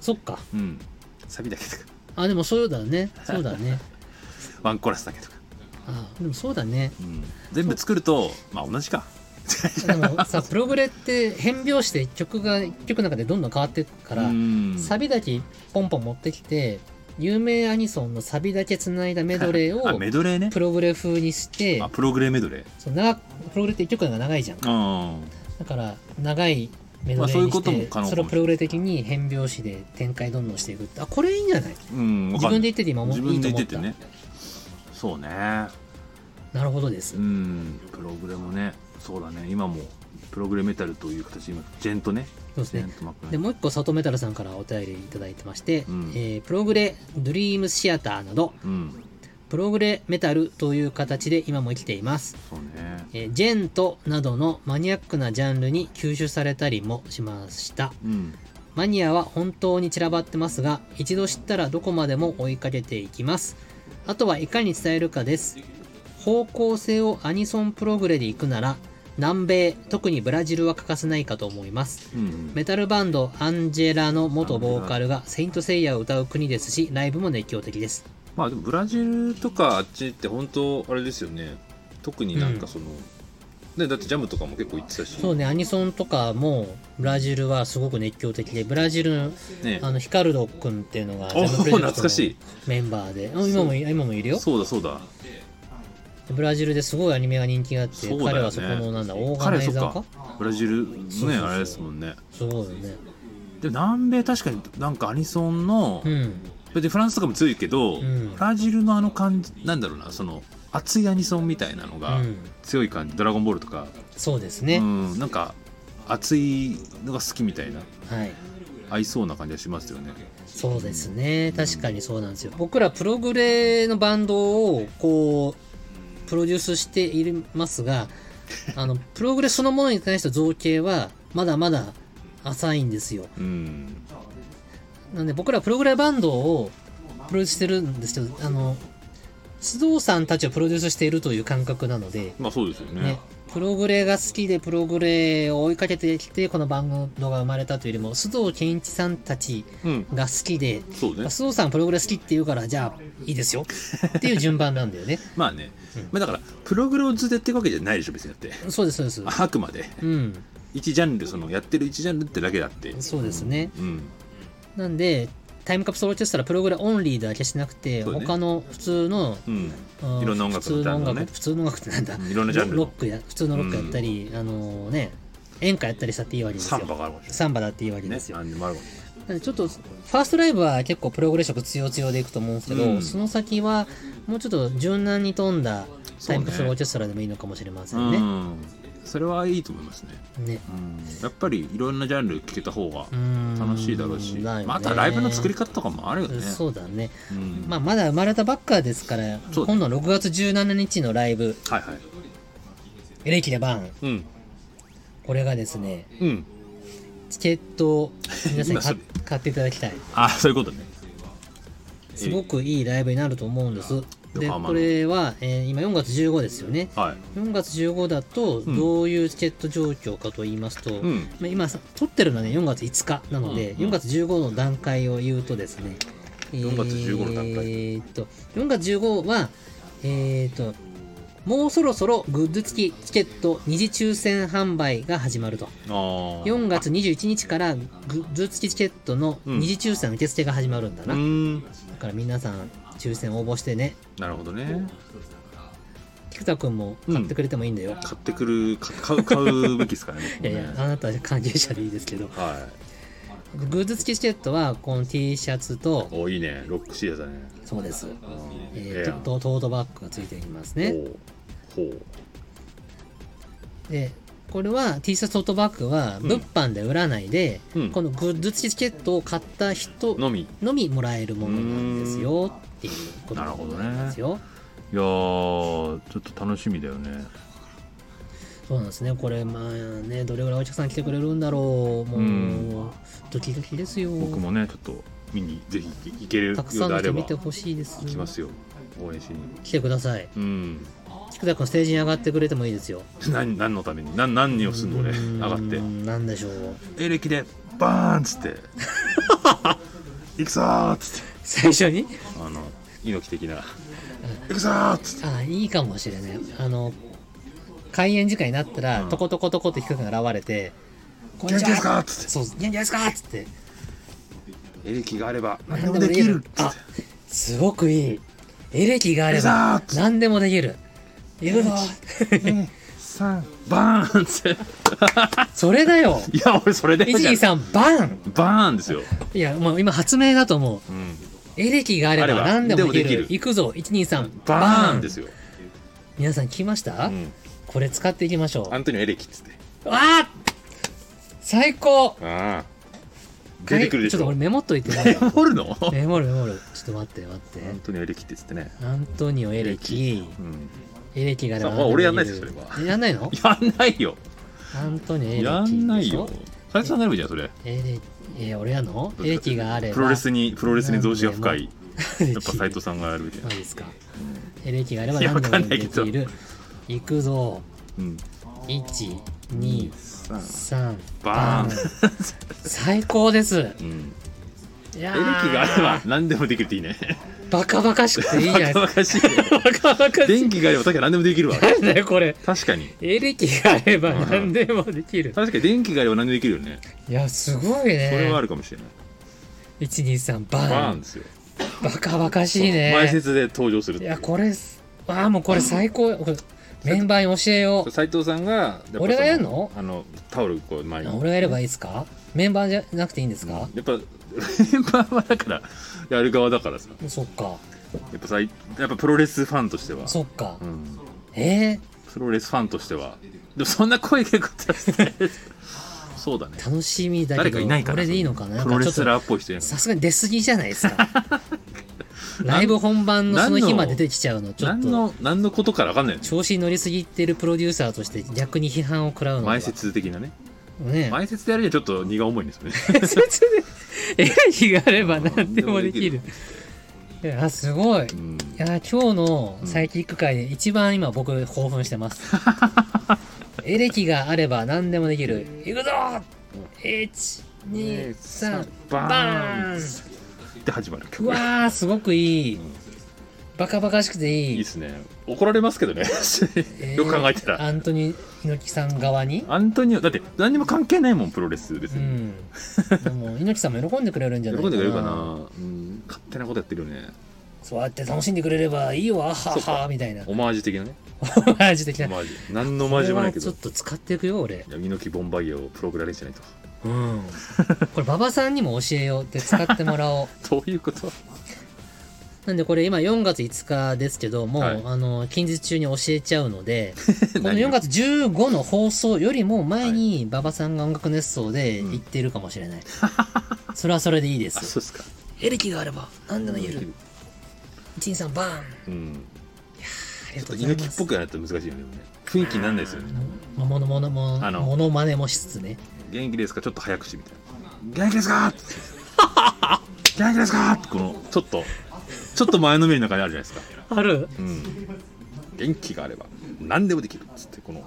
Speaker 1: そっか
Speaker 2: うんサビだけとか
Speaker 1: あでもそうだねそうだ ね
Speaker 2: ワンコーラスだけとか、
Speaker 1: あでもそうだね
Speaker 2: うん、全部作るとまあ同じか
Speaker 1: でもさプログレって変拍子で曲が一曲の中でどんどん変わっていくから、
Speaker 2: うん
Speaker 1: サビだけポンポン持ってきて有名アニソンのサビだけつないだメドレー
Speaker 2: あ
Speaker 1: を
Speaker 2: メドレーね
Speaker 1: プログレ風にして
Speaker 2: あプログレーメドレー
Speaker 1: そう長くプログレって一曲が長いじゃん
Speaker 2: あ
Speaker 1: だから長いメドレ
Speaker 2: まあそ
Speaker 1: ー
Speaker 2: ういう
Speaker 1: に
Speaker 2: こ
Speaker 1: し
Speaker 2: とも
Speaker 1: て
Speaker 2: 可能かもしれない
Speaker 1: それをプログレ的に変拍子で展開どんどんしていくってあこれいいんじゃない
Speaker 2: ーうんわ
Speaker 1: 自
Speaker 2: かん
Speaker 1: 分
Speaker 2: ない
Speaker 1: で言ってて今もいい
Speaker 2: 自
Speaker 1: と思
Speaker 2: 分
Speaker 1: った
Speaker 2: で言っててねそうね
Speaker 1: なるほどです、
Speaker 2: うんプログレもねそうだね今もプログレメタルという形今ジェントね
Speaker 1: そうです
Speaker 2: ジェン
Speaker 1: ね
Speaker 2: トマックね
Speaker 1: でもう一個佐藤メタルさんからお便りいただいてまして、
Speaker 2: うん
Speaker 1: えープログレドリームシアターなど
Speaker 2: うん
Speaker 1: プログレメタルという形で今も生きています、
Speaker 2: そうね
Speaker 1: えージェントなどのマニアックなジャンルに吸収されたりもしました
Speaker 2: うん
Speaker 1: マニアは本当に散らばってますが、一度知ったらどこまでも追いかけていきます。あとはいかに伝えるかです。方向性をアニソンプログレで行くなら、南米、特にブラジルは欠かせないかと思います。
Speaker 2: うん
Speaker 1: メタルバンドアンジェラの元ボーカルがセイントセイヤを歌う国ですし、ライブも熱狂的です。
Speaker 2: まあでもブラジルとかあっちって本当あれですよね特になんかその、ねだってジャムとかも結構行ってたし
Speaker 1: そうね、アニソンとかもブラジルはすごく熱狂的で、ブラジルの
Speaker 2: ね
Speaker 1: あのヒカルド君っていうのがジャ
Speaker 2: お
Speaker 1: ムプロジェクトの
Speaker 2: 懐かしい
Speaker 1: メンバーで、あ今もい今もいるよ。
Speaker 2: そうだそうだ
Speaker 1: ブラジルですごいアニメが人気があって、
Speaker 2: そうだよね
Speaker 1: 彼はそこのなんだオーガ
Speaker 2: 彼
Speaker 1: ナイ
Speaker 2: そっ
Speaker 1: ザー
Speaker 2: か
Speaker 1: か
Speaker 2: ブラジルね
Speaker 1: そうそうそう
Speaker 2: あれですもんね
Speaker 1: すごいよね
Speaker 2: でも南米確かになんかアニソンの、
Speaker 1: うん
Speaker 2: 別にフランスとかも強いけど、
Speaker 1: うん
Speaker 2: ブラジルのあの感じなんだろうなその熱いアニソンみたいなの
Speaker 1: う
Speaker 2: が
Speaker 1: ん
Speaker 2: 強い感じ「ドラゴンボール」とか、
Speaker 1: そうです
Speaker 2: う
Speaker 1: ね、
Speaker 2: ん、なんか熱いのが好きみたいな
Speaker 1: はい
Speaker 2: 合いそうな感じがしますよね
Speaker 1: そうですね確かにそうなんですよ僕らプログレのバンドをこうプロデュースしています があのプログレそのものに関しての造形はまだまだ浅いんですよ
Speaker 2: うん
Speaker 1: なんで僕らプログレバンドをプロデュースしてるんですけどあの須藤さんたちをプロデュースしているという感覚なので
Speaker 2: まあそうですよね
Speaker 1: ね、プログレが好きでプログレを追いかけてきてこの番組が生まれたというよりも須藤健一さんたち
Speaker 2: うん
Speaker 1: が好きで
Speaker 2: そうね
Speaker 1: 須藤さんプログレ好きって言うからじゃあいいですよっていう順番なんだよね
Speaker 2: まあね、
Speaker 1: うん
Speaker 2: まあ、だからプログラムをずっとやっていくわけじゃないでしょ別にだって
Speaker 1: そうですそうです
Speaker 2: あくまで
Speaker 1: うん
Speaker 2: 一ジャンルそのやってる一ジャンルってだけだって
Speaker 1: そうですね
Speaker 2: うん
Speaker 1: なんでタイムカプセルオーケストラプログレオンリーだけしなくて、
Speaker 2: そうね
Speaker 1: 他の普通の
Speaker 2: うん
Speaker 1: うん
Speaker 2: いろんな音楽
Speaker 1: 普通
Speaker 2: の
Speaker 1: の音
Speaker 2: ジャンルのね
Speaker 1: 楽普通の音楽ってなんだ
Speaker 2: いろんなジャンル
Speaker 1: ロックや普通のロックやったり、あのね演歌やったりしたっていいわけです
Speaker 2: サ
Speaker 1: よ
Speaker 2: ンバがあるわけです
Speaker 1: サンバだっていいわけ
Speaker 2: ね
Speaker 1: ですよ
Speaker 2: 何でもあるわ
Speaker 1: なんでちょっと、ファーストライブは結構プログレッション強強でいくと思うんですけど、
Speaker 2: うん
Speaker 1: その先は、もうちょっと柔軟に飛んだタイムプ
Speaker 2: そ
Speaker 1: ス
Speaker 2: うね
Speaker 1: ローオーケストラでもいいのかもしれませ
Speaker 2: け、
Speaker 1: んね。
Speaker 2: うんそれはいいと思いますね、
Speaker 1: ね。
Speaker 2: うん、やっぱりいろんなジャンル聴けた方が
Speaker 1: うーん
Speaker 2: 楽しいだろうし、
Speaker 1: だよね
Speaker 2: またライブの作り方とかもあるよね
Speaker 1: そうだね。
Speaker 2: うん
Speaker 1: まあ、まだ生まれたばっかですから、
Speaker 2: そう
Speaker 1: 今度6月17日のライブ、
Speaker 2: はいはい
Speaker 1: エレキでバーン。
Speaker 2: うん
Speaker 1: これがですね、
Speaker 2: うん
Speaker 1: チケットを皆さんに
Speaker 2: 今そ
Speaker 1: 買
Speaker 2: れ
Speaker 1: 買っていただきたい。
Speaker 2: あそういうことね
Speaker 1: すごくいいライブになると思うんです。で、
Speaker 2: 横浜の
Speaker 1: これは、えー今4月15ですよね。
Speaker 2: はい
Speaker 1: 4月15だと、
Speaker 2: ん
Speaker 1: どういうチケット状況かと言いますと、
Speaker 2: うん
Speaker 1: まあ今さ、撮ってるのはね、4月5日なので、
Speaker 2: うんうん
Speaker 1: 4月15の段階を言うとですね、
Speaker 2: 4月15の段階
Speaker 1: えーっと、4月15は、えーっと、もうそろそろグッズ付きチケット二次抽選販売が始まると。
Speaker 2: あー
Speaker 1: 4月21日からグッズ付きチケットの
Speaker 2: うん
Speaker 1: 二次抽選受付が始まるんだ
Speaker 2: う
Speaker 1: な。
Speaker 2: ん
Speaker 1: だから皆さん、抽選応募してね。
Speaker 2: なるほどね
Speaker 1: 菊田君も買ってくれてもいいんだよ。
Speaker 2: 買ってくるか買う買うべきですからね
Speaker 1: いやいや、あなたは関係者でいいですけど、
Speaker 2: は
Speaker 1: グッズ付きチケットは、この T シャツと
Speaker 2: い、おいいねロックシーズだね
Speaker 1: そうです、え
Speaker 2: ええや
Speaker 1: ー、
Speaker 2: ん
Speaker 1: トトートバッグが付いてきますね。
Speaker 2: ほうほう
Speaker 1: でこれは T シャツトートバッグは
Speaker 2: うん
Speaker 1: 物販で売らないで、
Speaker 2: うん
Speaker 1: このグッズチケットを買った人
Speaker 2: のみい
Speaker 1: のみもらえるものなんですよっていうことなんですよ。
Speaker 2: やーちょっと楽しみだよね
Speaker 1: そうなんですね。これ、まあね、どれぐらいお客さん来てくれるんだろう。もう、
Speaker 2: うん
Speaker 1: ドキドキですよ。
Speaker 2: 僕もねちょっと見にぜひ行けるよう
Speaker 1: たくさん
Speaker 2: で
Speaker 1: の
Speaker 2: あれ
Speaker 1: 人
Speaker 2: ば
Speaker 1: 見て
Speaker 2: 行
Speaker 1: ほしいです。
Speaker 2: きますよ応援しに
Speaker 1: 来てください。
Speaker 2: うん
Speaker 1: 菊田君、ステージに上がってくれてもいいですよ。
Speaker 2: 何何のために何何をすんの俺
Speaker 1: うーん
Speaker 2: 上がって
Speaker 1: なんでしょう。
Speaker 2: エレキでバーンっつって 行くぞーっつって
Speaker 1: 最初に
Speaker 2: あの猪木的な行くぞーっつって
Speaker 1: ああ、いいかもしれない。あの、開演時間になったら、
Speaker 2: うん
Speaker 1: とことことこと菊田君が現れて、こん
Speaker 2: 元
Speaker 1: に
Speaker 2: 気
Speaker 1: ち
Speaker 2: です
Speaker 1: は
Speaker 2: かっつっ
Speaker 1: そう、元気ですかっつって。
Speaker 2: てエレキがあれば何
Speaker 1: 何で
Speaker 2: でも
Speaker 1: も
Speaker 2: で
Speaker 1: で
Speaker 2: き
Speaker 1: き
Speaker 2: るっ
Speaker 1: る
Speaker 2: つって
Speaker 1: あすごくいいエレキがあれ
Speaker 2: 行
Speaker 1: ば
Speaker 2: くぞ
Speaker 1: 何でもできるいるぞ
Speaker 2: ねさんバーンっつって
Speaker 1: それだよ
Speaker 2: いや俺 それで
Speaker 1: 一木さんバン
Speaker 2: バーンですよ、
Speaker 1: いやもう今発明だと思う
Speaker 2: うん、
Speaker 1: エレキがあれば
Speaker 2: あれば
Speaker 1: 何でもでき
Speaker 2: で
Speaker 1: る
Speaker 2: もできる
Speaker 1: 行くぞ123
Speaker 2: バーンですすよ、
Speaker 1: 皆さん聞きました、
Speaker 2: うん、
Speaker 1: これ使っていきましょう
Speaker 2: アントニオエレキっつって
Speaker 1: あー最高
Speaker 2: ああ出てくるでし
Speaker 1: ちょっと
Speaker 2: ょ
Speaker 1: 俺メモっとい てね
Speaker 2: え掘 るの
Speaker 1: メモるメモるちょっと待って待って
Speaker 2: アントニオエレキって言ってね
Speaker 1: アントニオエレキ
Speaker 2: うん
Speaker 1: エレキがあれば
Speaker 2: さあ
Speaker 1: 何でもできる
Speaker 2: 俺やんないですそれは
Speaker 1: えやんないの
Speaker 2: やんないよ
Speaker 1: アントニオエレキでしょ
Speaker 2: やんないよ最初さんなるじゃんそれ
Speaker 1: エレえー、俺やんのエレキがあれば
Speaker 2: プロ レスにプロレスに増資が深い
Speaker 1: エレキ
Speaker 2: やっぱ斎藤さんがやるじゃ
Speaker 1: マ
Speaker 2: ん
Speaker 1: ジですかエレキがあれば
Speaker 2: いや
Speaker 1: 何でも
Speaker 2: わかんな
Speaker 1: で
Speaker 2: いけ
Speaker 1: き
Speaker 2: ど
Speaker 1: るいくぞ
Speaker 2: うん
Speaker 1: 123
Speaker 2: さあ
Speaker 1: バ
Speaker 2: バ
Speaker 1: ン
Speaker 2: ー
Speaker 1: 最高です
Speaker 2: ンうん
Speaker 1: い
Speaker 2: エ
Speaker 1: や
Speaker 2: レキ
Speaker 1: ー
Speaker 2: があれば何でもできるっていいね
Speaker 1: バカバカしくていいじゃないです
Speaker 2: バカバカしい
Speaker 1: かバカバカしい
Speaker 2: 電気があれば確かに何でもできるわ
Speaker 1: なんだよこれ
Speaker 2: 確かに
Speaker 1: エレキがあれば何でもできる
Speaker 2: 確かに電気があれば何でもできるよね
Speaker 1: いやすごい
Speaker 2: それはあ
Speaker 1: ね
Speaker 2: るかもしれない
Speaker 1: 123バ
Speaker 2: バー
Speaker 1: ン
Speaker 2: ンですよ
Speaker 1: バカバカしい
Speaker 2: 前
Speaker 1: ね
Speaker 2: 説で登場するっ
Speaker 1: い
Speaker 2: てい
Speaker 1: や
Speaker 2: う
Speaker 1: これああもうこれ最高これメンバーに教えよう
Speaker 2: 斉藤さんがやっぱそ
Speaker 1: 俺がやんの
Speaker 2: あのタオルこう前に
Speaker 1: あ俺がやればいいですかメンバーじゃなくていいんです
Speaker 2: や
Speaker 1: か、
Speaker 2: っぱ メンバーはだからやる側だからさ
Speaker 1: そっか
Speaker 2: やっぱさいやっぱプロレスファンとしては
Speaker 1: そっか、
Speaker 2: うん、
Speaker 1: え
Speaker 2: プロレスファンとしてはでもそんな声結構出して そうだね
Speaker 1: ー、楽しみだけど
Speaker 2: 誰かいないから
Speaker 1: これでいいのかな
Speaker 2: プロレ
Speaker 1: ち
Speaker 2: ス
Speaker 1: ょっ
Speaker 2: ラーっぽい人いな
Speaker 1: と
Speaker 2: い
Speaker 1: さすがに出過ぎじゃないです かライブ本番のその日まで出てきちゃうのちょっ
Speaker 2: 何
Speaker 1: と
Speaker 2: の何のことから分かんないよね
Speaker 1: 調子に乗りすぎてるプロデューサーとして逆に批判を食らうのが
Speaker 2: 前説的なね
Speaker 1: ね
Speaker 2: 前説でやるにはちょっと荷が重い んですよね
Speaker 1: 前説でエレキがあれば何でもできるいやすごい
Speaker 2: うん
Speaker 1: いやー今日のサイキック界で一番今僕興奮してます。エレキがあれば何でもできる。いくぞー !1、2、3、
Speaker 2: バ
Speaker 1: バ
Speaker 2: ー
Speaker 1: ー
Speaker 2: ンで始まる
Speaker 1: ンうわー、すごくいい。バカバカしくてい
Speaker 2: い
Speaker 1: い。
Speaker 2: いですね怒られますけどね
Speaker 1: えー
Speaker 2: よく考えたら、
Speaker 1: アントニー猪木さん側に
Speaker 2: アントニオだって何にも関係ないもんプロレス別
Speaker 1: う
Speaker 2: に、
Speaker 1: ん。でも猪木さんも喜んでくれるんじゃない
Speaker 2: 喜
Speaker 1: か
Speaker 2: んで
Speaker 1: な。
Speaker 2: くれるかな、うん、勝手なことやってるよね
Speaker 1: そうやって楽しんでくれればいいわ、は
Speaker 2: そう
Speaker 1: は
Speaker 2: か
Speaker 1: みたいな。
Speaker 2: オマージュ的なね
Speaker 1: マジ的
Speaker 2: オ
Speaker 1: な。
Speaker 2: マージュ何のオマージュもないけ
Speaker 1: これはちょ
Speaker 2: ど
Speaker 1: っと使っていくよ、俺。
Speaker 2: いや猪木ボンバイエをプログラにしないと
Speaker 1: うん、 これ馬場さんにも教えようって使ってもら おう
Speaker 2: どういう こと
Speaker 1: なんでこれ今4月5日ですけども、
Speaker 2: はい
Speaker 1: あの近日中に教えちゃうのでこの
Speaker 2: 何
Speaker 1: 4月15の放送よりも前に馬場さんが音楽熱奏で言ってるかもし れない、それはそれでいいで
Speaker 2: あ
Speaker 1: す
Speaker 2: そうですか
Speaker 1: エレキがあれば何でも言える
Speaker 2: う
Speaker 1: 1さんバーンあ
Speaker 2: ん
Speaker 1: りが
Speaker 2: ち
Speaker 1: とうござ
Speaker 2: ょっと
Speaker 1: いま
Speaker 2: 猪木っ
Speaker 1: す
Speaker 2: ぽくやると難しいよねでもね雰囲気になんないですよね
Speaker 1: もものものも
Speaker 2: あの
Speaker 1: ものまねもしつつね
Speaker 2: 元気ですかちょっと早口みたいな元気ですか元気ですかこのちょっとちょっと前のめりの中にあるじゃないですか
Speaker 1: ある
Speaker 2: うん元気があれば何でもできるっつってこの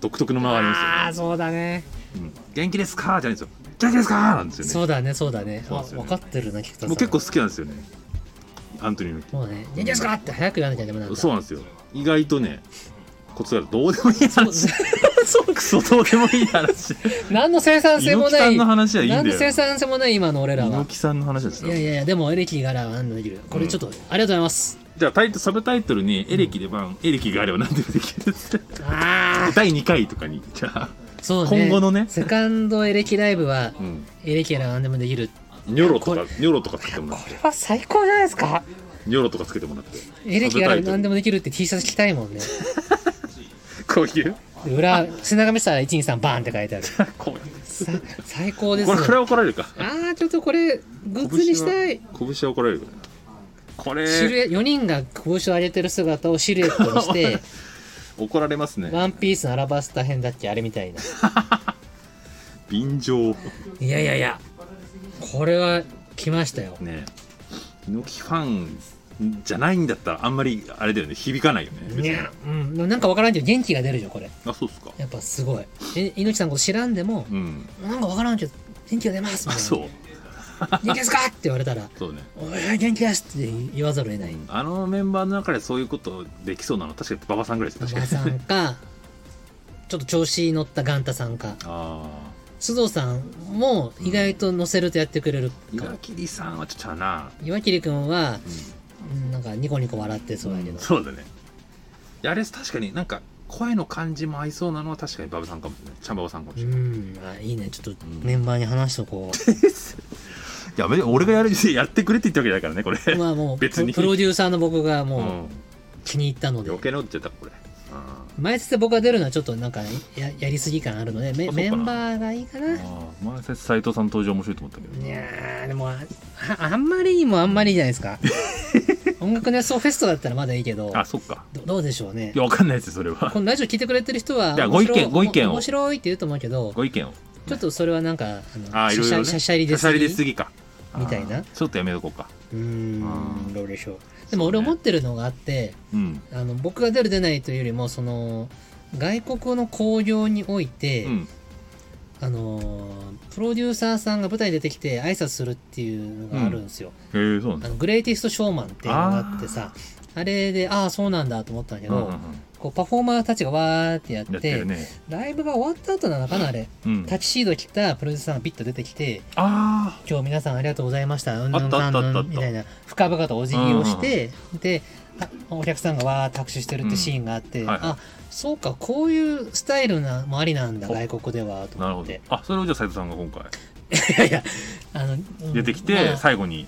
Speaker 2: 独特の間があり
Speaker 1: あ
Speaker 2: ま
Speaker 1: あそうだね
Speaker 2: すよね、うん、元気ですかじゃないんですよ元気ですかなんですよね
Speaker 1: そうだねそうだね
Speaker 2: そうですよ
Speaker 1: あ
Speaker 2: ね
Speaker 1: 分かってるな菊田さん
Speaker 2: もう結構好きなんですよねアントニーの
Speaker 1: もうね、元気ですかって早く言わなきゃダメなんだ。
Speaker 2: そうなんですよ意外とねコツがあるどうでもいい話
Speaker 1: そう
Speaker 2: クソどうでもいい 話
Speaker 1: 何の生産性も
Speaker 2: 猪木
Speaker 1: な
Speaker 2: さん
Speaker 1: い。
Speaker 2: の話はいいんだよ
Speaker 1: 何の生産性もない今の俺らは
Speaker 2: 猪。木さんの話です
Speaker 1: い
Speaker 2: よ
Speaker 1: やいやいや、でもエレキがあれば何でもできる。これちょっと、ありがとうございます。
Speaker 2: じゃあタイトルサブタイトルに「エレキでバン、エレキがあれば何でもできる」って
Speaker 1: あ
Speaker 2: 第2回とかにじゃあ、
Speaker 1: あ、そうね。
Speaker 2: 今後のね
Speaker 1: セカンドエレキライブは、
Speaker 2: うん、
Speaker 1: エレキなら何でもできる。
Speaker 2: ニョロとかニョロとかつけてもらって
Speaker 1: れは最高じゃないですか。
Speaker 2: ニョロとかつけてもらって
Speaker 1: エレキがあれば何で
Speaker 2: も
Speaker 1: もできるって T シャツ着たいもんね。
Speaker 2: こういう
Speaker 1: で裏、背中見せたら123バーンって書いてある。
Speaker 2: こ
Speaker 1: さ最高です
Speaker 2: こ
Speaker 1: ね
Speaker 2: れ。これは怒られるか
Speaker 1: ああ、ちょっとこれ、グッズにしたい。
Speaker 2: 拳は拳は怒られるからこ
Speaker 1: シ
Speaker 2: れ
Speaker 1: ルエ4人が拳を上げてる姿をシルエットに して、
Speaker 2: 怒られますね
Speaker 1: ワンピースのアラバスタ編だっけあれみたいな。
Speaker 2: 便乗
Speaker 1: いやいやいや、これは来ましたよ。
Speaker 2: ね猪木ファンじゃないんだったらあんまりあれだよね響かないよね別
Speaker 1: い
Speaker 2: に
Speaker 1: や、うん、なんかわからんけど元気が出るじゃん、これ。
Speaker 2: あそうっすか
Speaker 1: やっぱすごい。え、猪木さんのこと知らんでも、
Speaker 2: うん
Speaker 1: なんかわからんけど、元気が出ますみ
Speaker 2: あ
Speaker 1: たいな
Speaker 2: そう
Speaker 1: 元気ですかって言われたら、
Speaker 2: そうね
Speaker 1: おい、元気ですって言わざるを得ない。
Speaker 2: あのメンバーの中でそういうことできそうなの確かに馬場さんぐらいです
Speaker 1: 馬
Speaker 2: よ
Speaker 1: 場
Speaker 2: 確
Speaker 1: さ
Speaker 2: かに
Speaker 1: んか、ちょっと調子に乗ったガンタさんか、
Speaker 2: ああ
Speaker 1: 須藤さんも意外と乗せるとやってくれるか
Speaker 2: 岩
Speaker 1: ら。
Speaker 2: 切さんはちょっとちゃうな、
Speaker 1: 岩切くんは、
Speaker 2: う
Speaker 1: うんなんかニコニコ笑ってそうやけ
Speaker 2: ん
Speaker 1: ど。
Speaker 2: そうだねいやあれ確かになんか声の感じも合いそうなのは確かに馬場さんかもねちゃん馬場さんかもし
Speaker 1: う
Speaker 2: れない、
Speaker 1: ん、あ、いいね。ちょっと
Speaker 2: うん
Speaker 1: メンバーに話しとこ
Speaker 2: いや別に俺がやるやってくれって言ってるわけだからねこ
Speaker 1: う。
Speaker 2: れ、
Speaker 1: まあもう、プ
Speaker 2: 別に
Speaker 1: ロデューサーの僕が
Speaker 2: う、
Speaker 1: もうん気に入ったので。
Speaker 2: 余計なこと言ってたこれ、あ
Speaker 1: 前説で僕が出るのはちょっとなんかややりすぎ感あるので
Speaker 2: あ
Speaker 1: メ
Speaker 2: そうか
Speaker 1: メ
Speaker 2: な
Speaker 1: ンバーがいいかな。い
Speaker 2: あ前説斎藤さん登場面白いと思ったけど
Speaker 1: やーでもあ ああんまりにもあんまりじゃないです か。音楽熱奏フェストだったらまだいいけど
Speaker 2: あそっか
Speaker 1: どどうでしょうね
Speaker 2: い。やわかんないですよそれ
Speaker 1: こ
Speaker 2: は
Speaker 1: のラジオ聞いてくれてる人はい
Speaker 2: やご意見
Speaker 1: 面白
Speaker 2: ご意見を
Speaker 1: 面白いって言うと思うけど
Speaker 2: ご意見を
Speaker 1: ちょっとそれはなんか
Speaker 2: あーい
Speaker 1: しゃ
Speaker 2: ろい
Speaker 1: しゃ
Speaker 2: ろね
Speaker 1: しゃしゃりです
Speaker 2: しゃしゃりですぎか
Speaker 1: みたいな
Speaker 2: あーちょっとやめとこうか
Speaker 1: うーん
Speaker 2: うん
Speaker 1: どうでしょう。でも俺思ってるのがあって
Speaker 2: うん
Speaker 1: あの僕が出る出ないというよりもその外国の興行において、
Speaker 2: うん
Speaker 1: あのープロデューサーさんが舞台に出てきて挨拶するっていうのがあるんですよ。
Speaker 2: へえそうな
Speaker 1: あ
Speaker 2: んだ
Speaker 1: のグレイティストショーマンっていうのがあってさ、あれで、ああ、そうなんだと思ったんだけ
Speaker 2: う
Speaker 1: ど、
Speaker 2: んうんうん
Speaker 1: こうパフォーマーたちがわーってやっ
Speaker 2: や
Speaker 1: て、
Speaker 2: ってるね
Speaker 1: ライブが終わった後なのかな、あれ。
Speaker 2: うん
Speaker 1: タキシード着たプロデューサーがビッと出てきて、
Speaker 2: あ
Speaker 1: 今日皆さんありがとうございました、うんぬ
Speaker 2: あ
Speaker 1: ん
Speaker 2: った
Speaker 1: かんぬ
Speaker 2: あったあ
Speaker 1: ん
Speaker 2: った
Speaker 1: みたいな、深々とお辞儀をして、で、あお客さんがわーって拍手してるってシーンがあって、
Speaker 2: うんはいはい
Speaker 1: あそうか、こういうスタイルなもありなんだ、
Speaker 2: お
Speaker 1: 外国では、と
Speaker 2: あなる
Speaker 1: 思
Speaker 2: ほ
Speaker 1: っ
Speaker 2: ど
Speaker 1: て。
Speaker 2: あそれをじゃあ斎藤さんが今回
Speaker 1: いやいや、あの、うん
Speaker 2: 出てき
Speaker 1: ま
Speaker 2: て
Speaker 1: あ
Speaker 2: 最後に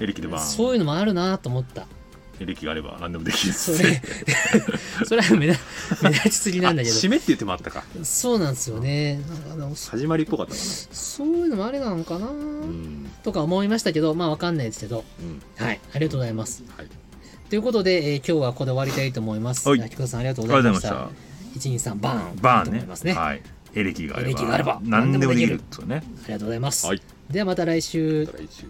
Speaker 2: エレキでバー
Speaker 1: そういうのもあるなと思った。
Speaker 2: ンエレキがあれば何でもできるっ
Speaker 1: そ
Speaker 2: つ
Speaker 1: れ
Speaker 2: って、
Speaker 1: それは目立目立ちすぎなんだけ
Speaker 2: あ締
Speaker 1: ど。
Speaker 2: めって言ってもあったか
Speaker 1: そうなんですよね。なんかあのそ
Speaker 2: 始まりっぽかったか
Speaker 1: そういうのもあれなのかな
Speaker 2: なうん
Speaker 1: とか思いましたけど、まあわかんないですけど。
Speaker 2: うん
Speaker 1: はい、ありがとうございます。
Speaker 2: はい
Speaker 1: ということで、えー今日はここで終わりたいと思います。
Speaker 2: はい
Speaker 1: あ菊田さんありがとう
Speaker 2: あり
Speaker 1: ござ
Speaker 2: がと
Speaker 1: いうま
Speaker 2: ご
Speaker 1: し
Speaker 2: ざいま
Speaker 1: た。123バーン。
Speaker 2: したバ
Speaker 1: と思い
Speaker 2: ーン
Speaker 1: ます
Speaker 2: ね
Speaker 1: ね。あ
Speaker 2: はいエレキがあれば
Speaker 1: エレキがあれば
Speaker 2: 何でもできるってことね
Speaker 1: りがとうございます。
Speaker 2: はい
Speaker 1: ではまた来週
Speaker 2: ま。た来週